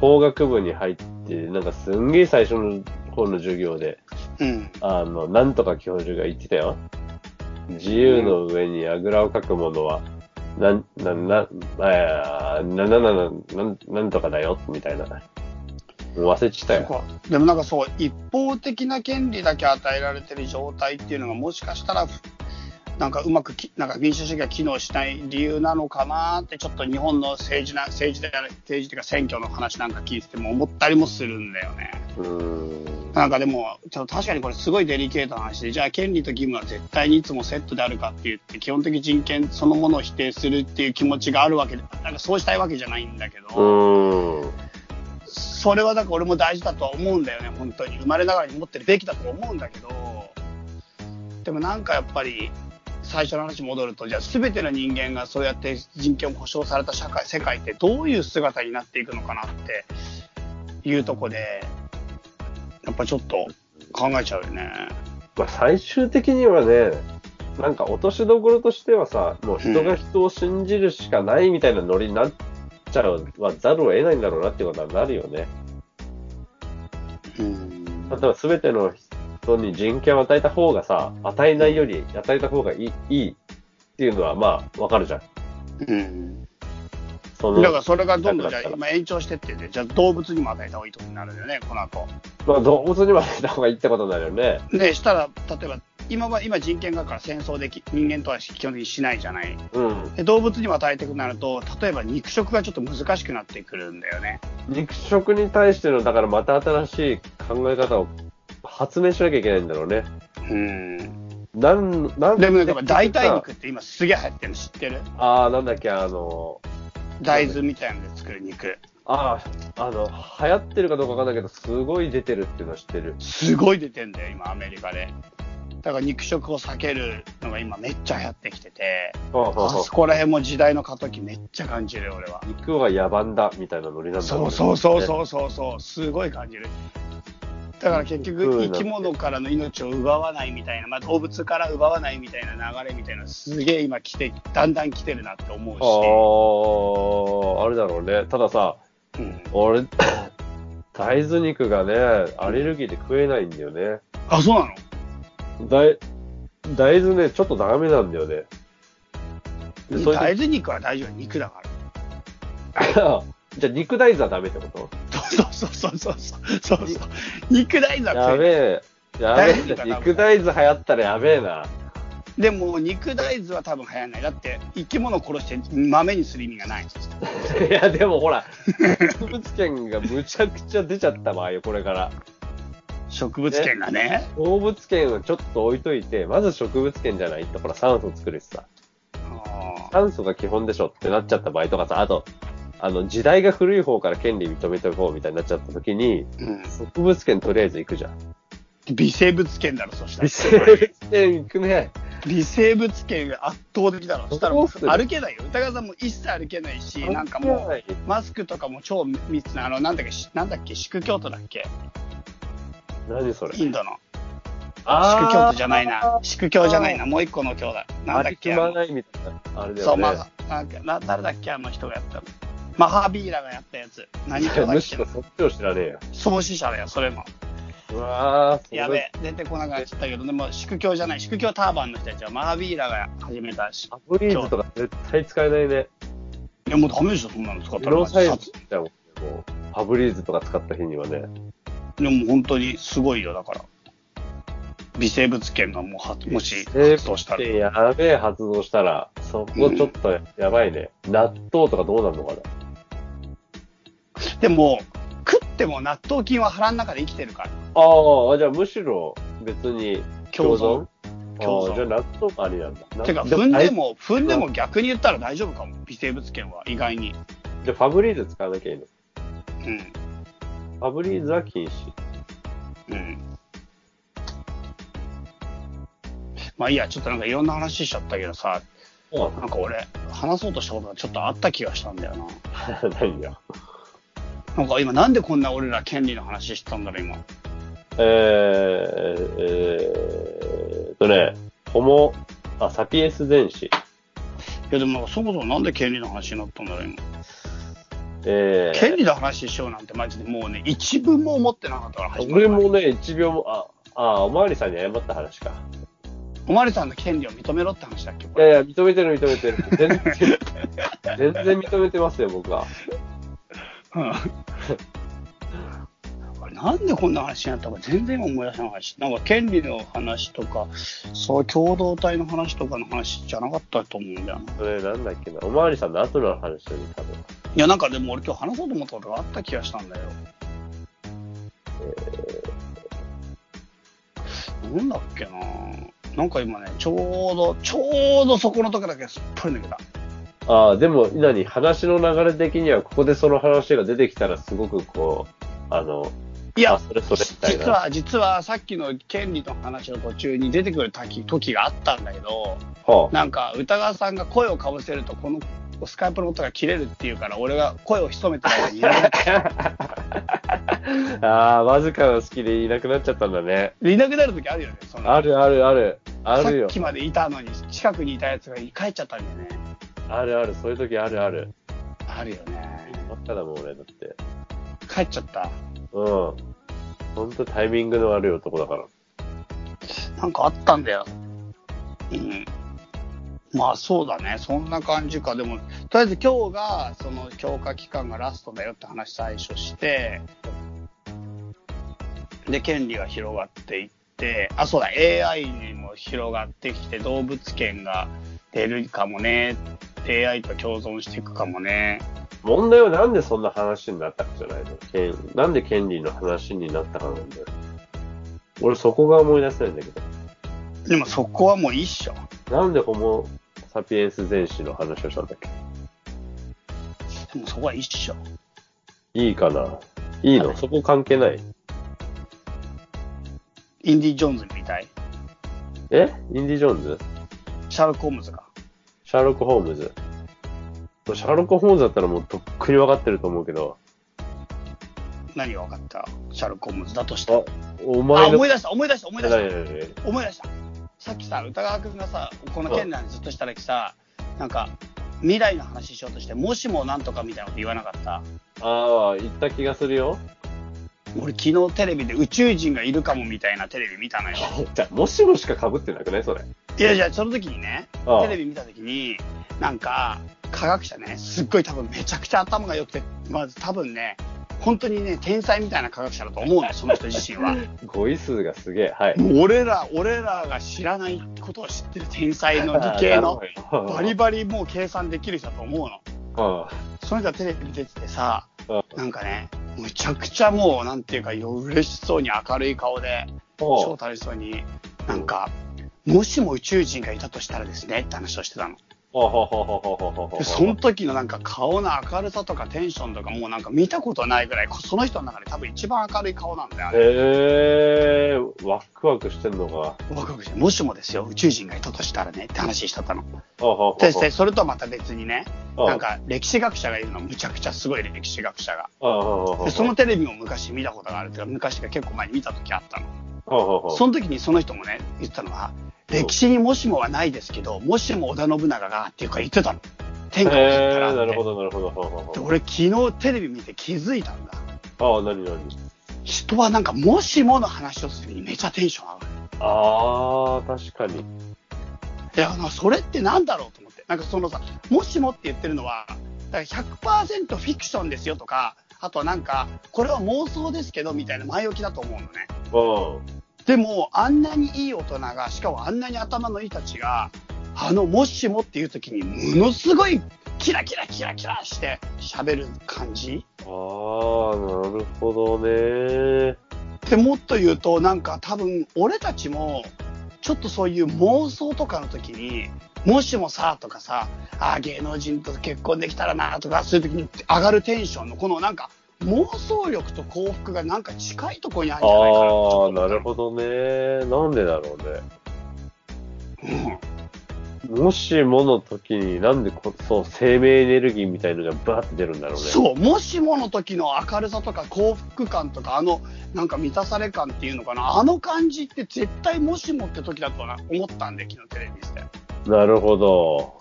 Speaker 4: 法学部に入って、なんかすんげえ最初の方の授業で、
Speaker 3: うん。
Speaker 4: あの、なんとか教授が言ってたよ。自由の上にあぐらをかくものは、なん、なん、なん、あーな、な、な、な、なん、なんとかだよ、みたいな。もう忘れちゃった
Speaker 3: そ
Speaker 4: よ。
Speaker 3: こでもなんかそう、一方的な権利だけ与えられてる状態っていうのが、もしかしたら、なんかうまくき、なんか民主主義が機能しない理由なのかなって、ちょっと日本の政治な、政治であれ、政治というか選挙の話なんか聞いてても思ったりもするんだよね。
Speaker 4: うーん。
Speaker 3: なんかでも、ちょっと確かにこれすごいデリケートな話で、じゃあ権利と義務は絶対にいつもセットであるかって言って、基本的人権そのものを否定するっていう気持ちがあるわけで、なんかそうしたいわけじゃないんだけ
Speaker 4: う
Speaker 3: ど、
Speaker 4: ーん。
Speaker 3: それはだから俺も大事だとは思うんだよね、本当に。生まれながらに持ってるべきだと思うんだけど、でもなんかやっぱり、最初の話戻ると、じゃあ全ての人間がそうやって人権を保障された社会、世界ってどういう姿になっていくのかなっていうとこで、やっぱちょっと考えちゃうよね。
Speaker 4: まあ、最終的にはね、なんか落としどころとしてはさ、もう人が人を信じるしかないみたいなノリになっちゃうはざるを得ないんだろうなってことはなるよね。
Speaker 3: うん
Speaker 4: 例えば全ての人に人権を与えた方がさ、与えないより与えた方がいいいいっていうのはまあわかるじゃん。
Speaker 3: うん、
Speaker 4: その
Speaker 3: だからそれがどんどんじゃあ
Speaker 4: だから
Speaker 3: 今延長してってね、じゃあ動物にも与えた方がいいってことになるんだよね、この後。
Speaker 4: まあ、動物にも与えた方がいいってことになるよね。
Speaker 3: で、したら、例えば、今は、今人権があるから戦争でき、人間とは基本的にしないじゃない。
Speaker 4: うん。
Speaker 3: で、動物にも与えてくなると、例えば肉食がちょっと難しくなってくるんだよね。
Speaker 4: 肉食に対しての、だからまた新しい考え方を発明しなきゃいけないんだろうね。
Speaker 3: うん。
Speaker 4: なん、なん
Speaker 3: でもなんか代替肉って今すげえ流行ってるの知ってる
Speaker 4: ああ、なんだっけ、あの、
Speaker 3: 大豆みたいなので作る肉。
Speaker 4: ああ、あの、流行ってるかどうかわかんないけど、すごい出てるっていうのは知ってる。
Speaker 3: すごい出てんだよ、今アメリカで。だから肉食を避けるのが今めっちゃ流行ってきてて。あそこら辺も時代の過渡期めっちゃ感じる俺は。
Speaker 4: 肉は野蛮だ、みたいなノリなんだろ
Speaker 3: そう
Speaker 4: ね
Speaker 3: そうそうそうそうそうすごい感じる。だから結
Speaker 4: そ
Speaker 3: 局
Speaker 4: うなん
Speaker 3: 生
Speaker 4: だ
Speaker 3: き物からの命を奪わないみたいな、まあ、動物から奪わないみたいな流れみたいなすげえ今来てだんだん来てるなって思う
Speaker 4: ああ、あるだろうね。たださ、
Speaker 3: し、うん
Speaker 4: 俺、 [coughs] 大豆肉がね、アレルギーで食えないんだよね。
Speaker 3: あそうなの
Speaker 4: 大、大豆ね、ちょっとダメなんだよね。でそれで
Speaker 3: 大豆肉は大丈夫肉だから
Speaker 4: [laughs] じゃあ肉大豆はダメってこと
Speaker 3: そうそうそうそうそうそうそう肉大豆は
Speaker 4: や
Speaker 3: 食える
Speaker 4: べえ。やべ
Speaker 3: 大豆が。
Speaker 4: え
Speaker 3: ダメ
Speaker 4: 肉大豆流行ったらやべえな。
Speaker 3: でも肉大豆は多分流行んないだって生き物を殺して豆にする意味がない
Speaker 4: [laughs] いや、でもほら、植物権がむちゃくちゃ出ちゃった場合よ、これから。
Speaker 3: 植物圏がね
Speaker 4: 動物権をちょっと置いといて、まず植物権じゃないって、ほら、酸素作るしさ。
Speaker 3: あー
Speaker 4: 酸素が基本でしょってなっちゃった場合とかさ、あと、あの、時代が古い方から権利認めておこうみたいになっちゃった時に、
Speaker 3: うん
Speaker 4: 植物権とりあえず行くじゃん。
Speaker 3: 微生物圏だろ、そしたら
Speaker 4: 微。生物権行くね。
Speaker 3: 微生物圏が圧倒的だろ。そしたらもう
Speaker 4: どうする
Speaker 3: 歩けないよ。歌川さんも一切歩けないし、なんかもう、マスクとかも超密な、あの、なんだっけ、しなんだっけ、宿教徒だっけ
Speaker 4: 何それ。
Speaker 3: インドの。
Speaker 4: あー
Speaker 3: 宿教徒じゃないな。宿教じゃないな。もう一個の教だ。なんだっけ。
Speaker 4: あり
Speaker 3: あ
Speaker 4: きまないみたいな。あれだ
Speaker 3: の
Speaker 4: よね。
Speaker 3: そう、まあ、なんかな誰だっけ、あの人がやったの。マハビーラがやったやつ。何教だ
Speaker 4: [laughs] む
Speaker 3: っ
Speaker 4: し
Speaker 3: け
Speaker 4: ろ。そっちを知らねえよ。
Speaker 3: 創始者だよ、それも。
Speaker 4: うわー、すごい
Speaker 3: やべえ、出てこなくなっちゃったけど、でも、宿教じゃない。宿教ターバンの人たちは、マハビーラが始めたし。
Speaker 4: アブリーズとか絶対使えないね。
Speaker 3: いや、もうダメでしょ、そんなの使った
Speaker 4: プ
Speaker 3: ら。
Speaker 4: ロサイズ
Speaker 3: 殺
Speaker 4: だもんねもう。ファブリーズとか使った日にはね。
Speaker 3: でも本当にすごいよ、だから。微生物圏がもうは、もし
Speaker 4: え
Speaker 3: 発動したら。
Speaker 4: やべえ発動したら、そこちょっとやばいね。納豆とかどうなるのかな。
Speaker 3: でも、食っても納豆菌は腹の中で生きてるから。
Speaker 4: ああ、じゃあむしろ別に
Speaker 3: 共存。
Speaker 4: 共
Speaker 3: 共
Speaker 4: 存。ああ
Speaker 3: 存
Speaker 4: じゃあ納豆もありなんだ。
Speaker 3: てか、
Speaker 4: な
Speaker 3: 踏んで
Speaker 4: あい
Speaker 3: も、踏んでも逆に言ったら大丈夫かも。微生物圏は、意外に。
Speaker 4: じゃあファブリーズ使わなきゃいいの。
Speaker 3: うん。
Speaker 4: ファブリーズは禁止。
Speaker 3: うん。まあいいや、ちょっとなんかいろんな話しちゃったけどさ、
Speaker 4: うん。
Speaker 3: なんか俺、話そうとしたことがちょっとあった気がしたんだよな。
Speaker 4: 何よ。
Speaker 3: なんか今なんでこんな俺ら権利の話してたんだろう今。
Speaker 4: [laughs] えー、えーっとね、ホモ、あ、サピエス全子。
Speaker 3: いやでもなんかそもそもなんで権利の話になったんだろう今。
Speaker 4: えー、
Speaker 3: 権利の話しようなんてマジでもうね、一文も思ってなかったから始ま
Speaker 4: 俺
Speaker 3: る前
Speaker 4: もね、1秒も、あ、あ、おまわりさんに謝った話か。
Speaker 3: おまりさんの権利を認めろって話だっけこ
Speaker 4: いや
Speaker 3: れ。
Speaker 4: いや、認めてる認めてる。全 [laughs] 然、全然認めてますよ、僕は。
Speaker 3: うん。 [laughs] 俺なんでこんな話になったか全然思い出せないし、なんか権利の話とか、そう共同体の話とかの話じゃなかったと思うんだよな。
Speaker 4: それなんだっけな、おまわりさんの後の話だよね、多分。
Speaker 3: いやなんかでも俺今日話そうと思ったことがあった気がしたんだよ。なんだっけななんか今ね、ちょうど、ちょうどそこの時だけすっぽり抜けた。
Speaker 4: ああ、でも、何、話の流れ的には、ここでその話が出てきたら、すごくこう、あの、
Speaker 3: いや
Speaker 4: あ、それそれみたい
Speaker 3: 実
Speaker 4: な。
Speaker 3: は、実はさっきの権利の話の途中に出てくる時時があったんだけど、
Speaker 4: は
Speaker 3: なんか歌川さんが声をかぶせると、このスカイプの音が切れるっていうから、俺が声を潜めてる間にい
Speaker 4: [laughs]
Speaker 3: なくなっ
Speaker 4: あ、ああ、わずかの好きでいなくなっちゃったんだね。
Speaker 3: いなくなる時あるよね、その
Speaker 4: あるあるある。ある
Speaker 3: さっ
Speaker 4: よ。
Speaker 3: きまでいたのに、近くにいたやつが帰っちゃったんだよね。
Speaker 4: あるある。そういう時あるある。
Speaker 3: あるよね。
Speaker 4: あっただもん、俺だって。
Speaker 3: 帰っちゃった。
Speaker 4: うん。ほんとタイミングの悪い男だから。
Speaker 3: なんかあったんだよ。うん。まあそうだね。そんな感じか。でも、とりあえず今日が、その強化期間がラストだよって話最初して、で、権利が広がっていって、あ、そうだ、AI にも広がってきて、動物権が出るかもね。AI と共存していくかもね。
Speaker 4: 問題はなんでそんな話になったかじゃないの権なんで権利の話になったかなんだよ。俺そこが思い出せないんだけど。
Speaker 3: でもそこはもういいっしょ。
Speaker 4: なんでホモ・サピエンス全史の話をしたんだっけ
Speaker 3: でもそこはいいっしょ。
Speaker 4: いいかないいのそこ関係ない
Speaker 3: インディ・ジョーンズみたい。
Speaker 4: えインディ・ジョーンズ
Speaker 3: シャーロック・ホームズが。
Speaker 4: シャーロック・ホームズシャーロック・ホームズだったらもうとっくに分かってると思うけど、
Speaker 3: 何が分かったシャーロック・ホームズだとしたら
Speaker 4: あ、お
Speaker 3: あ、
Speaker 4: 前の
Speaker 3: 思い出した、思い出した、思い出した、
Speaker 4: 何々何々
Speaker 3: 思い出した。さっきさ、歌川君がさ、この件なんてずっとしたらさ、なんか、未来の話しようとして、もしもなんとかみたいなこと言わなかった。
Speaker 4: ああ、言った気がするよ。
Speaker 3: 俺、昨日テレビで宇宙人がいるかもみたいなテレビ見たのよ。
Speaker 4: じゃあもしもしか被ってなくないそれ。
Speaker 3: いやいや、その時にね、
Speaker 4: ああ
Speaker 3: テレビ見た時に、なんか、科学者ね、すっごい多分めちゃくちゃ頭が良くて、まず多分ね、本当にね、天才みたいな科学者だと思うの、その人自身
Speaker 4: [laughs]
Speaker 3: は。
Speaker 4: 語彙数がすげえ。はい。
Speaker 3: もう俺ら、俺らが知らないことを知ってる天才の理系の。バリ
Speaker 4: バ
Speaker 3: バリもう計算できる人だと思うの。その人はテレビに出ててさ、なんかね、むちゃくちゃもう、なんていうか、よ嬉しそうに明るい顔で、超楽しそうに、なんか、もしも宇宙人がいたとしたらですねって話をしてたの。で、その時のなんか顔の明るさとかテンションとかもうなんか見たことないぐらい、その人の中で多分一番明るい顔なんだよ、あれ。
Speaker 4: へえー、ワクワクしてんのか。
Speaker 3: ワクワクして、もしもですよ、宇宙人がいたとしたらねって話してたの。
Speaker 4: あはは
Speaker 3: で、でそれとはまた別にね、
Speaker 4: あ
Speaker 3: なんか歴史学者がいるの、むちゃくちゃすごい歴史学者が。
Speaker 4: あはは
Speaker 3: でそのテレビも昔見たことがあるっていうか昔が結構前に見た時あったの
Speaker 4: あはは
Speaker 3: その時にその人もね言ってたのは歴史にもしもはないですけどもしも織田信長がっていうか言ってたの天下を取った
Speaker 4: へ
Speaker 3: ら
Speaker 4: えー、なるほ
Speaker 3: ど
Speaker 4: ど、なるほど。ははは
Speaker 3: 俺昨日テレビ見て気づいたんだ
Speaker 4: ああ、なになに
Speaker 3: 人はなんかもしもの話をするにめちゃテンション上がる
Speaker 4: ああ、確かに。
Speaker 3: いやあのそれってなんだろうと思ってなんかそのさもしもって言ってるのはだから100%フィクションですよとかあとはなんかこれは妄想ですけどみたいな前置きだと思うのね
Speaker 4: うん。
Speaker 3: でも、あんなにいい大人が、しかもあんなに頭のいいたちが、あの、もしもっていう時に、ものすごい、キラキラキラキラして喋る感じ。
Speaker 4: ああ、なるほどね。
Speaker 3: で、もっと言うと、なんか多分、俺たちも、ちょっとそういう妄想とかの時に、もしもさ、とかさ、あー芸能人と結婚できたらな、とか、そういう時に上がるテンションの、このなんか、妄想力と幸福がなんか近いところにあるんじゃないかなとち
Speaker 4: あ
Speaker 3: ょ
Speaker 4: あ、
Speaker 3: っと
Speaker 4: なるほどね。なんでだろうね。もしもの時になんでこそう生命エネルギーみたいのがバーって出るんだろうね。
Speaker 3: そうもしもの時の明るさとか幸福感とかあのなんか満たされ感っていうのかなあの感じって絶対もしもって時だとな思ったんで昨日テレビして
Speaker 4: なるほど。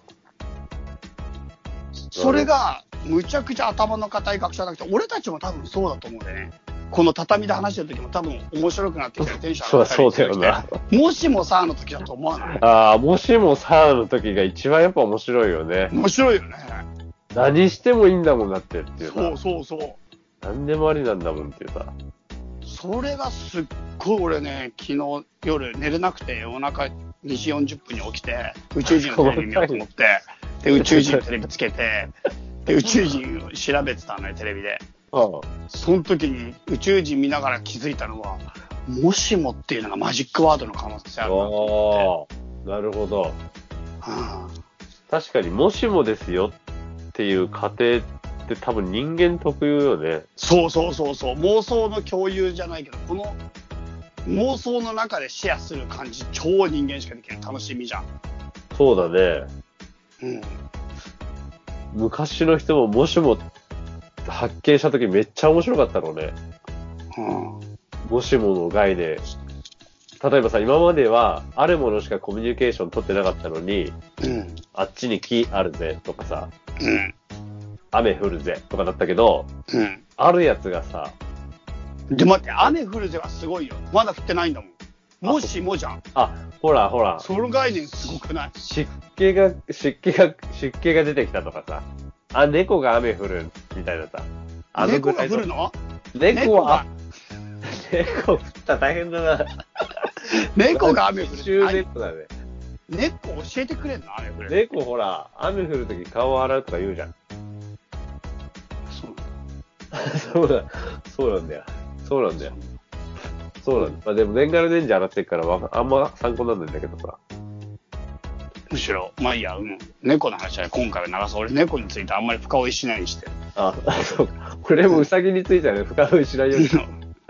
Speaker 3: それがむちゃくちゃ頭の固い学者なくて俺たちも多分そうだと思うんでねこの畳で話してる時も多分面白くなってき
Speaker 4: [laughs]
Speaker 3: てテンション
Speaker 4: そ
Speaker 3: 上
Speaker 4: う
Speaker 3: がったり
Speaker 4: そうだよな。
Speaker 3: もしもさあの時だと思わない
Speaker 4: ああ、もしもさあの時が一番やっぱ面白いよね。
Speaker 3: 面白いよね
Speaker 4: 何してもいいんだもんだってっていう
Speaker 3: そう
Speaker 4: さ。
Speaker 3: そうそう
Speaker 4: 何でもありなんだもんっていうさ。
Speaker 3: それがすっごい俺ね昨日夜寝れなくて夜中2時40分に起きて宇宙人のテレビ見ようと思ってで宇宙人のテレビつけてで宇宙人を調べてたのよテレビで
Speaker 4: ああ
Speaker 3: その時に宇宙人見ながら気づいたのはもしもっていうのがマジックワードの可能性あるなと思
Speaker 4: ああ、なるほど。
Speaker 3: って、うん
Speaker 4: 確かにもしもですよっていう過程って多分人間特有よね。
Speaker 3: そうそうそうそう妄想の共有じゃないけどこの妄想の中でシェアする感じ超人間しかできる楽しみじゃん、
Speaker 4: そうだね。
Speaker 3: うん、
Speaker 4: 昔の人ももしも発見した時めっちゃ面白かったろうね。
Speaker 3: うん
Speaker 4: もしもの概念。例えばさ、今まではあるものしかコミュニケーション取ってなかったのに、
Speaker 3: うん
Speaker 4: あっちに木あるぜとかさ、
Speaker 3: うん
Speaker 4: 雨降るぜとかだったけど、
Speaker 3: う
Speaker 4: あるやつがさ、
Speaker 3: ん。で、待って、雨降るぜはすごいよ。まだ降ってないんだもん。もしもじゃん。
Speaker 4: あ、ほらほら、
Speaker 3: その概念すごくない
Speaker 4: 湿気が、湿気が、湿気が出てきたとかさ、あ、猫が雨降るみたいなさ、あの
Speaker 3: 猫
Speaker 4: ぐら
Speaker 3: が
Speaker 4: い
Speaker 3: 降
Speaker 4: の
Speaker 3: るの
Speaker 4: 猫
Speaker 3: 猫が
Speaker 4: は、 [laughs] 猫降ったら大変だな。
Speaker 3: 猫が雨降
Speaker 4: 中
Speaker 3: る。あれ
Speaker 4: 猫だね。
Speaker 3: 猫教えてくれんの雨降る。
Speaker 4: 猫ほら、雨降るとき顔を洗うとか言うじゃん。 [laughs]
Speaker 3: そう
Speaker 4: そうだ、そうなんだよ。そうなんだよ。そうなんだ。まあでも年がら年中洗ってるからわか、あんま参考になんないんだけどさ。
Speaker 3: むしろ、まあいいや、うん。猫の話は今回は長そう。俺、猫についてあんまり深追いしないようにしてる。
Speaker 4: あ、そうか。これもウサギについてはね、深追いしないように。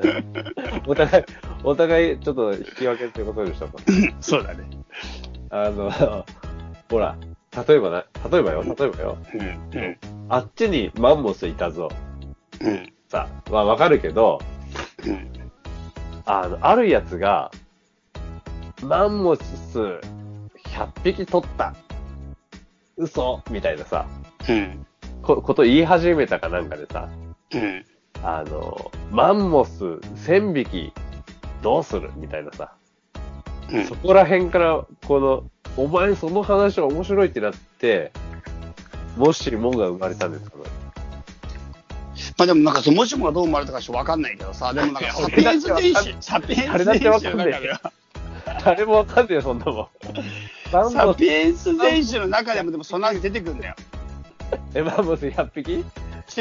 Speaker 4: [laughs] お互い、お互い、ちょっと引き分けってことでしょうか。
Speaker 3: そうだね。
Speaker 4: あの、ほら、例えばな、例えばよ、例えばよ。
Speaker 3: うん、うん、
Speaker 4: あっちにマンモスいたぞ。
Speaker 3: うん、
Speaker 4: さ、まあわかるけど、
Speaker 3: うん。
Speaker 4: あの、あるやつが、マンモス100匹取った。嘘みたいなさ、
Speaker 3: うん、
Speaker 4: ここと言い始めたかなんかでさ、
Speaker 3: うん。
Speaker 4: あの、マンモス1000匹どうするみたいなさ、
Speaker 3: うん
Speaker 4: そこら辺から、この、お前その話は面白いってなって、もしもが生まれたんですから。
Speaker 3: まあでもなんかそのもしもがどう生まれたかしわかんないけどさ、でもなんかサピエンス電子、サピエンス電子の中では。
Speaker 4: 誰もわかんねえよ、そんなもん。マンモ
Speaker 3: サ
Speaker 4: ス
Speaker 3: ピ、エンス全種の中でもでもその話出てくるんだよ。
Speaker 4: えマンモス100匹
Speaker 3: 違う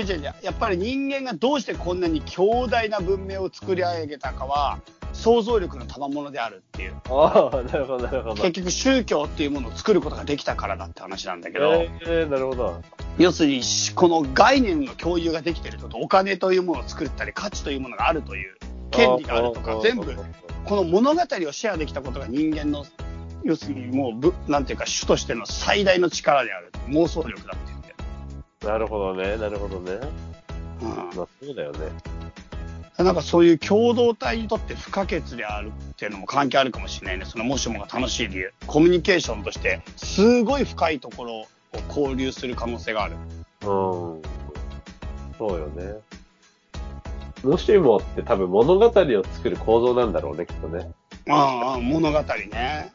Speaker 3: 違う違うやっぱり人間がどうしてこんなに強大な文明を作り上げたかは想像力の賜物であるっていう
Speaker 4: ああ、なるほど、なるほど。
Speaker 3: 結局宗教っていうものを作ることができたからだって話なんだけど、
Speaker 4: えー、なるほど。
Speaker 3: 要するにこの概念の共有ができてるとお金というものを作ったり価値というものがあるという権利があるとか全部この物語をシェアできたことが人間の要するにもうぶなんていうか主としての最大の力である妄想力だって言って。
Speaker 4: なるほどね、なるほどね。
Speaker 3: うん
Speaker 4: まあ、そうだよね。
Speaker 3: なんかそういう共同体にとって不可欠であるっていうのも関係あるかもしれないね。そのもしもが楽しい理由。コミュニケーションとして、すごい深いところを交流する可能性がある。
Speaker 4: うん。そうよね。もしもって多分物語を作る構造なんだろうね、きっとね。
Speaker 3: ああ、物語ね。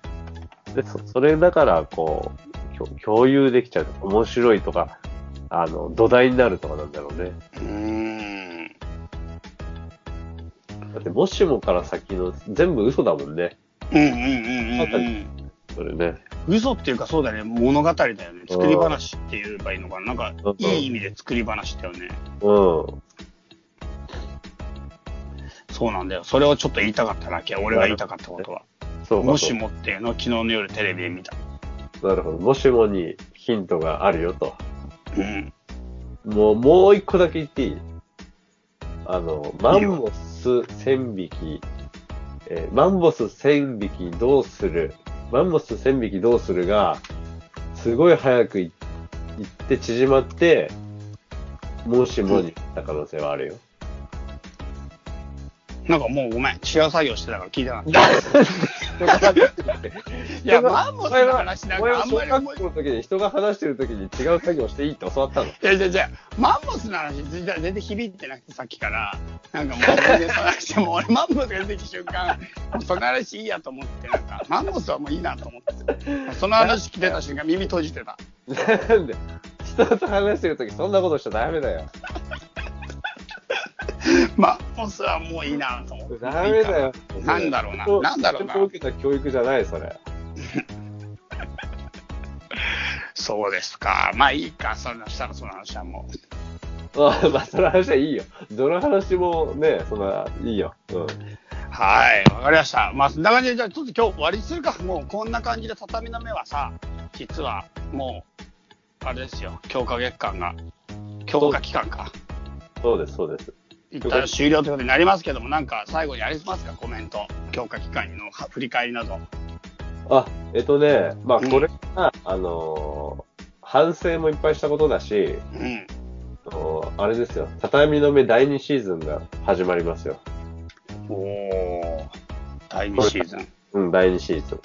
Speaker 4: で、そそれだから、こう、きょ共有できちゃう。面白いとか、あの、土台になるとかなんだろうね。
Speaker 3: うーん。
Speaker 4: だって、もしもから先の全部嘘だもんね。
Speaker 3: うんうんうんうん、うん。
Speaker 4: それね。
Speaker 3: 嘘っていうかそうだね。物語だよね。作り話って言えばいいのかな。なんか
Speaker 4: うん、
Speaker 3: いい意味で作り話だよね。
Speaker 4: うん。
Speaker 3: そうなんだよ。それをちょっと言いたかっただけ。俺が言いたかったことは。
Speaker 4: そうか
Speaker 3: もし。もっていうのを昨日の夜テレビで見た。
Speaker 4: そうなるほど。もしもにヒントがあるよと。
Speaker 3: うん。
Speaker 4: もう、もう一個だけ言っていいあの、マンモス千匹、えーマンモス千匹どうする、マンモス千匹どうするが、すごい早くい行って縮まって、もしもになった可能性はあるよ。
Speaker 3: なんかもうごめん、違う作業してたから聞いてなかっ
Speaker 4: 人が話してるっ
Speaker 3: た。
Speaker 4: て
Speaker 3: いや、マンモスの話なん
Speaker 4: お前
Speaker 3: か
Speaker 4: は
Speaker 3: あんま
Speaker 4: 小
Speaker 3: り思
Speaker 4: 学
Speaker 3: い
Speaker 4: 校の時に人が話してる時に違う作業していいって教わったの。
Speaker 3: いやいやいや、マンモスの話、実は全然響いてなくて、さっきから。なんかもう、全然その話も、俺、マンモスが出てきた瞬間、もうその話いいやと思って、なんか、マンモスはもういいなと思って、その話聞いてた瞬間、耳閉じてた。
Speaker 4: なんで、人と話してる時そんなことしちゃダメだよ。
Speaker 3: マンモスはもういいなと思って。
Speaker 4: ダメだよ。
Speaker 3: なんだろうな
Speaker 4: 人
Speaker 3: なんだろうな
Speaker 4: 人と受けた教育じゃない、それ。
Speaker 3: そうですか。まあいいか、そんなしたらその話はもう。
Speaker 4: まあ、まあ、その話はいいよ。どの話もね、そんな、いいよ。うん。
Speaker 3: はい、わかりました。まあそんな感じで、じゃあちょっと今日終わりにするか。もうこんな感じで畳の目はさ、実はもう、あれですよ、強化月間が、強化期間か。
Speaker 4: そうです、そうです。
Speaker 3: 一旦終了ということになりますけども、なんか最後にありますか、コメント。強化期間の振り返りなど。
Speaker 4: あ、えっとね、まあ、
Speaker 3: うん
Speaker 4: これが、あのー反省もいっぱいしたことだし、
Speaker 3: うん。
Speaker 4: あのーあれですよ、畳の目第2シーズンが始まりますよ。
Speaker 3: おお第2シーズン。
Speaker 4: うん、第2シーズン。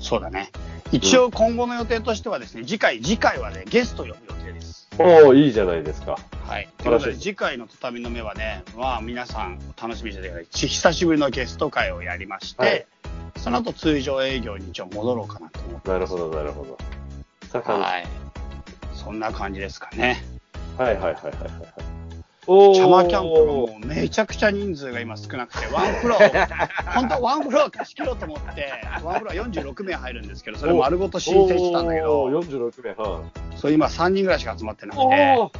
Speaker 3: そうだね。一応今後の予定としてはですね、次回、次回はね、ゲストを呼ぶ予定です。
Speaker 4: おおいいじゃないですか。
Speaker 3: はい。という
Speaker 4: 素晴
Speaker 3: こ
Speaker 4: らしい
Speaker 3: とで、次回の畳の目はね、まあ皆さん楽しみにしててください。ち久しぶりのゲスト会をやりまして、
Speaker 4: はい
Speaker 3: その後通常営業に一応戻ろうかなと思って。
Speaker 4: なるほど、なるほど。さあ、は
Speaker 3: はい。そんな感じですかね。
Speaker 4: い、はい、はい、はいはい。お
Speaker 3: チャマキャンプが
Speaker 4: も
Speaker 3: もうめちゃくちゃ人数が今少なくて、ワンフロアを、 [laughs] 本当はワンフロア貸し切ろうと思って、ワンフロア46名入るんですけど、それ丸ごと申請してたんだけ
Speaker 4: お
Speaker 3: ど、
Speaker 4: ー46名、はい。
Speaker 3: そう今3人ぐらいしか集まってなくて
Speaker 4: お、お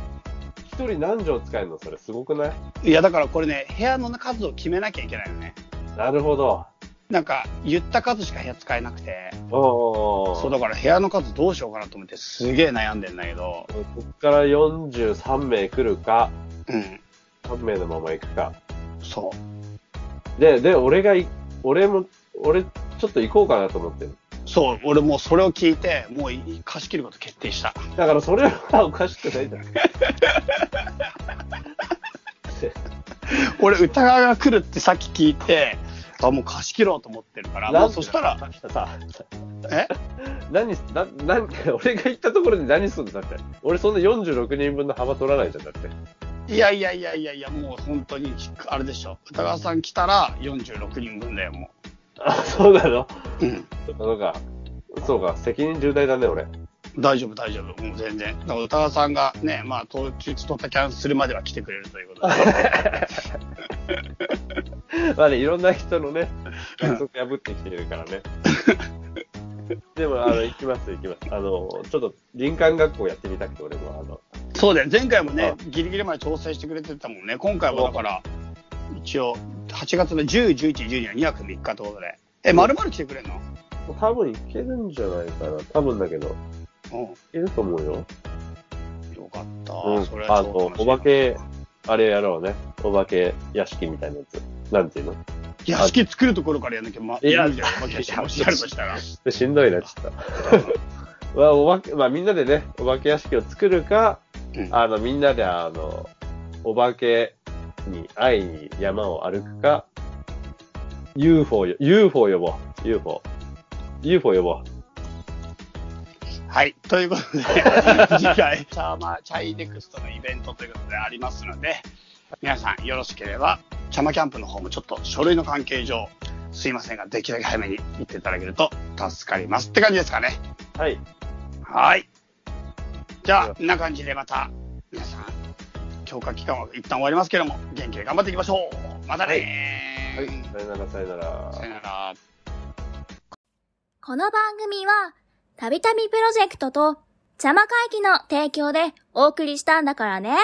Speaker 4: 一人何錠使えるのそれすごくない
Speaker 3: いやだからこれね、部屋の数を決めなきゃいけないのね。
Speaker 4: なるほど。
Speaker 3: なんか言った数しか部屋使えなくて、
Speaker 4: おお
Speaker 3: そうだから部屋の数どうしようかなと思ってすげえ悩んでんだけど、
Speaker 4: こっから43名来るか、
Speaker 3: うん、
Speaker 4: 3名のまま行くか。
Speaker 3: そ
Speaker 4: で、で、俺がい、俺も、俺、ちょっと行こうかなと思ってる。
Speaker 3: う、そう、俺もうそれを聞いて、もうい貸し切ること決定した。
Speaker 4: だからそれはおかしくないじゃん。
Speaker 3: 俺、歌川が来るってさっき聞いて、あ、もう貸し切ろうと思ってるから、もうそしたら、
Speaker 4: なんかさ、
Speaker 3: え
Speaker 4: 何す、な、なん、俺が行ったところで何すんのだって。俺そんな46人分の幅取らないじゃん、だって。
Speaker 3: いやいやいやいやいや、もう本当に、あれでしょ、歌川さん来たら46人分だよ、も
Speaker 4: あ、そうなの
Speaker 3: う。うん、
Speaker 4: そうか。そうか、責任重大だね、俺。 [laughs]
Speaker 3: 大丈夫、大丈夫、もう全然。だから歌川さんがね、まあ、途中、トタキャンするまでは来てくれるということで。
Speaker 4: まあね、いろんな人のね、約束破ってきてるからね。 [laughs] でも、あの、行きます、行きます。あの、ちょっと、林間学校やってみたくて、俺も、あの、
Speaker 3: そうだよ前回もねギリギリまで調整してくれてたもんね今回もだから一応8月の101112の2泊3日ってことでえまるまる来てくれんの
Speaker 4: 多分行けるんじゃないかな。多分だけど、行
Speaker 3: う
Speaker 4: けると思うよ。
Speaker 3: んよかった、
Speaker 4: うん
Speaker 3: それ。は
Speaker 4: あ
Speaker 3: 超
Speaker 4: の、
Speaker 3: 楽し
Speaker 4: お
Speaker 3: みだ
Speaker 4: 化け、あれやろうね。お化け屋敷みたいなやつ。なんていうの
Speaker 3: 屋敷作るところからやんなきゃま
Speaker 4: い
Speaker 3: や
Speaker 4: や
Speaker 3: るじゃんお化け屋敷もしやるとしたら
Speaker 4: でしんどいな、ちょっと。まあ、お化け、まあ、みんなでね、お化け屋敷を作るか、
Speaker 3: うん
Speaker 4: あの、みんなで、あの、お化けに会いに山を歩くか、UFO よ、UFO 呼ぼう。UFO。UFO 呼ぼ
Speaker 3: はいという [laughs] ことで次回チャーマーチャイネクストのイベントということでありますので皆さんよろしければチャマキャンプの方もちょっと書類の関係上すいませんができるだけ早めに行っていただけると助かりますって感じですかね
Speaker 4: う。はい。
Speaker 3: はい。じゃあ、こんな感じでまた、皆さん、強化期間は一旦終わりますけども、元気で頑張っていきましょう。またねー、
Speaker 4: はい。さよなら、さよなら。
Speaker 3: さよなら。
Speaker 2: この番組は、たびたびプロジェクトと、ちゃま会議の提供でお送りしたんだからね。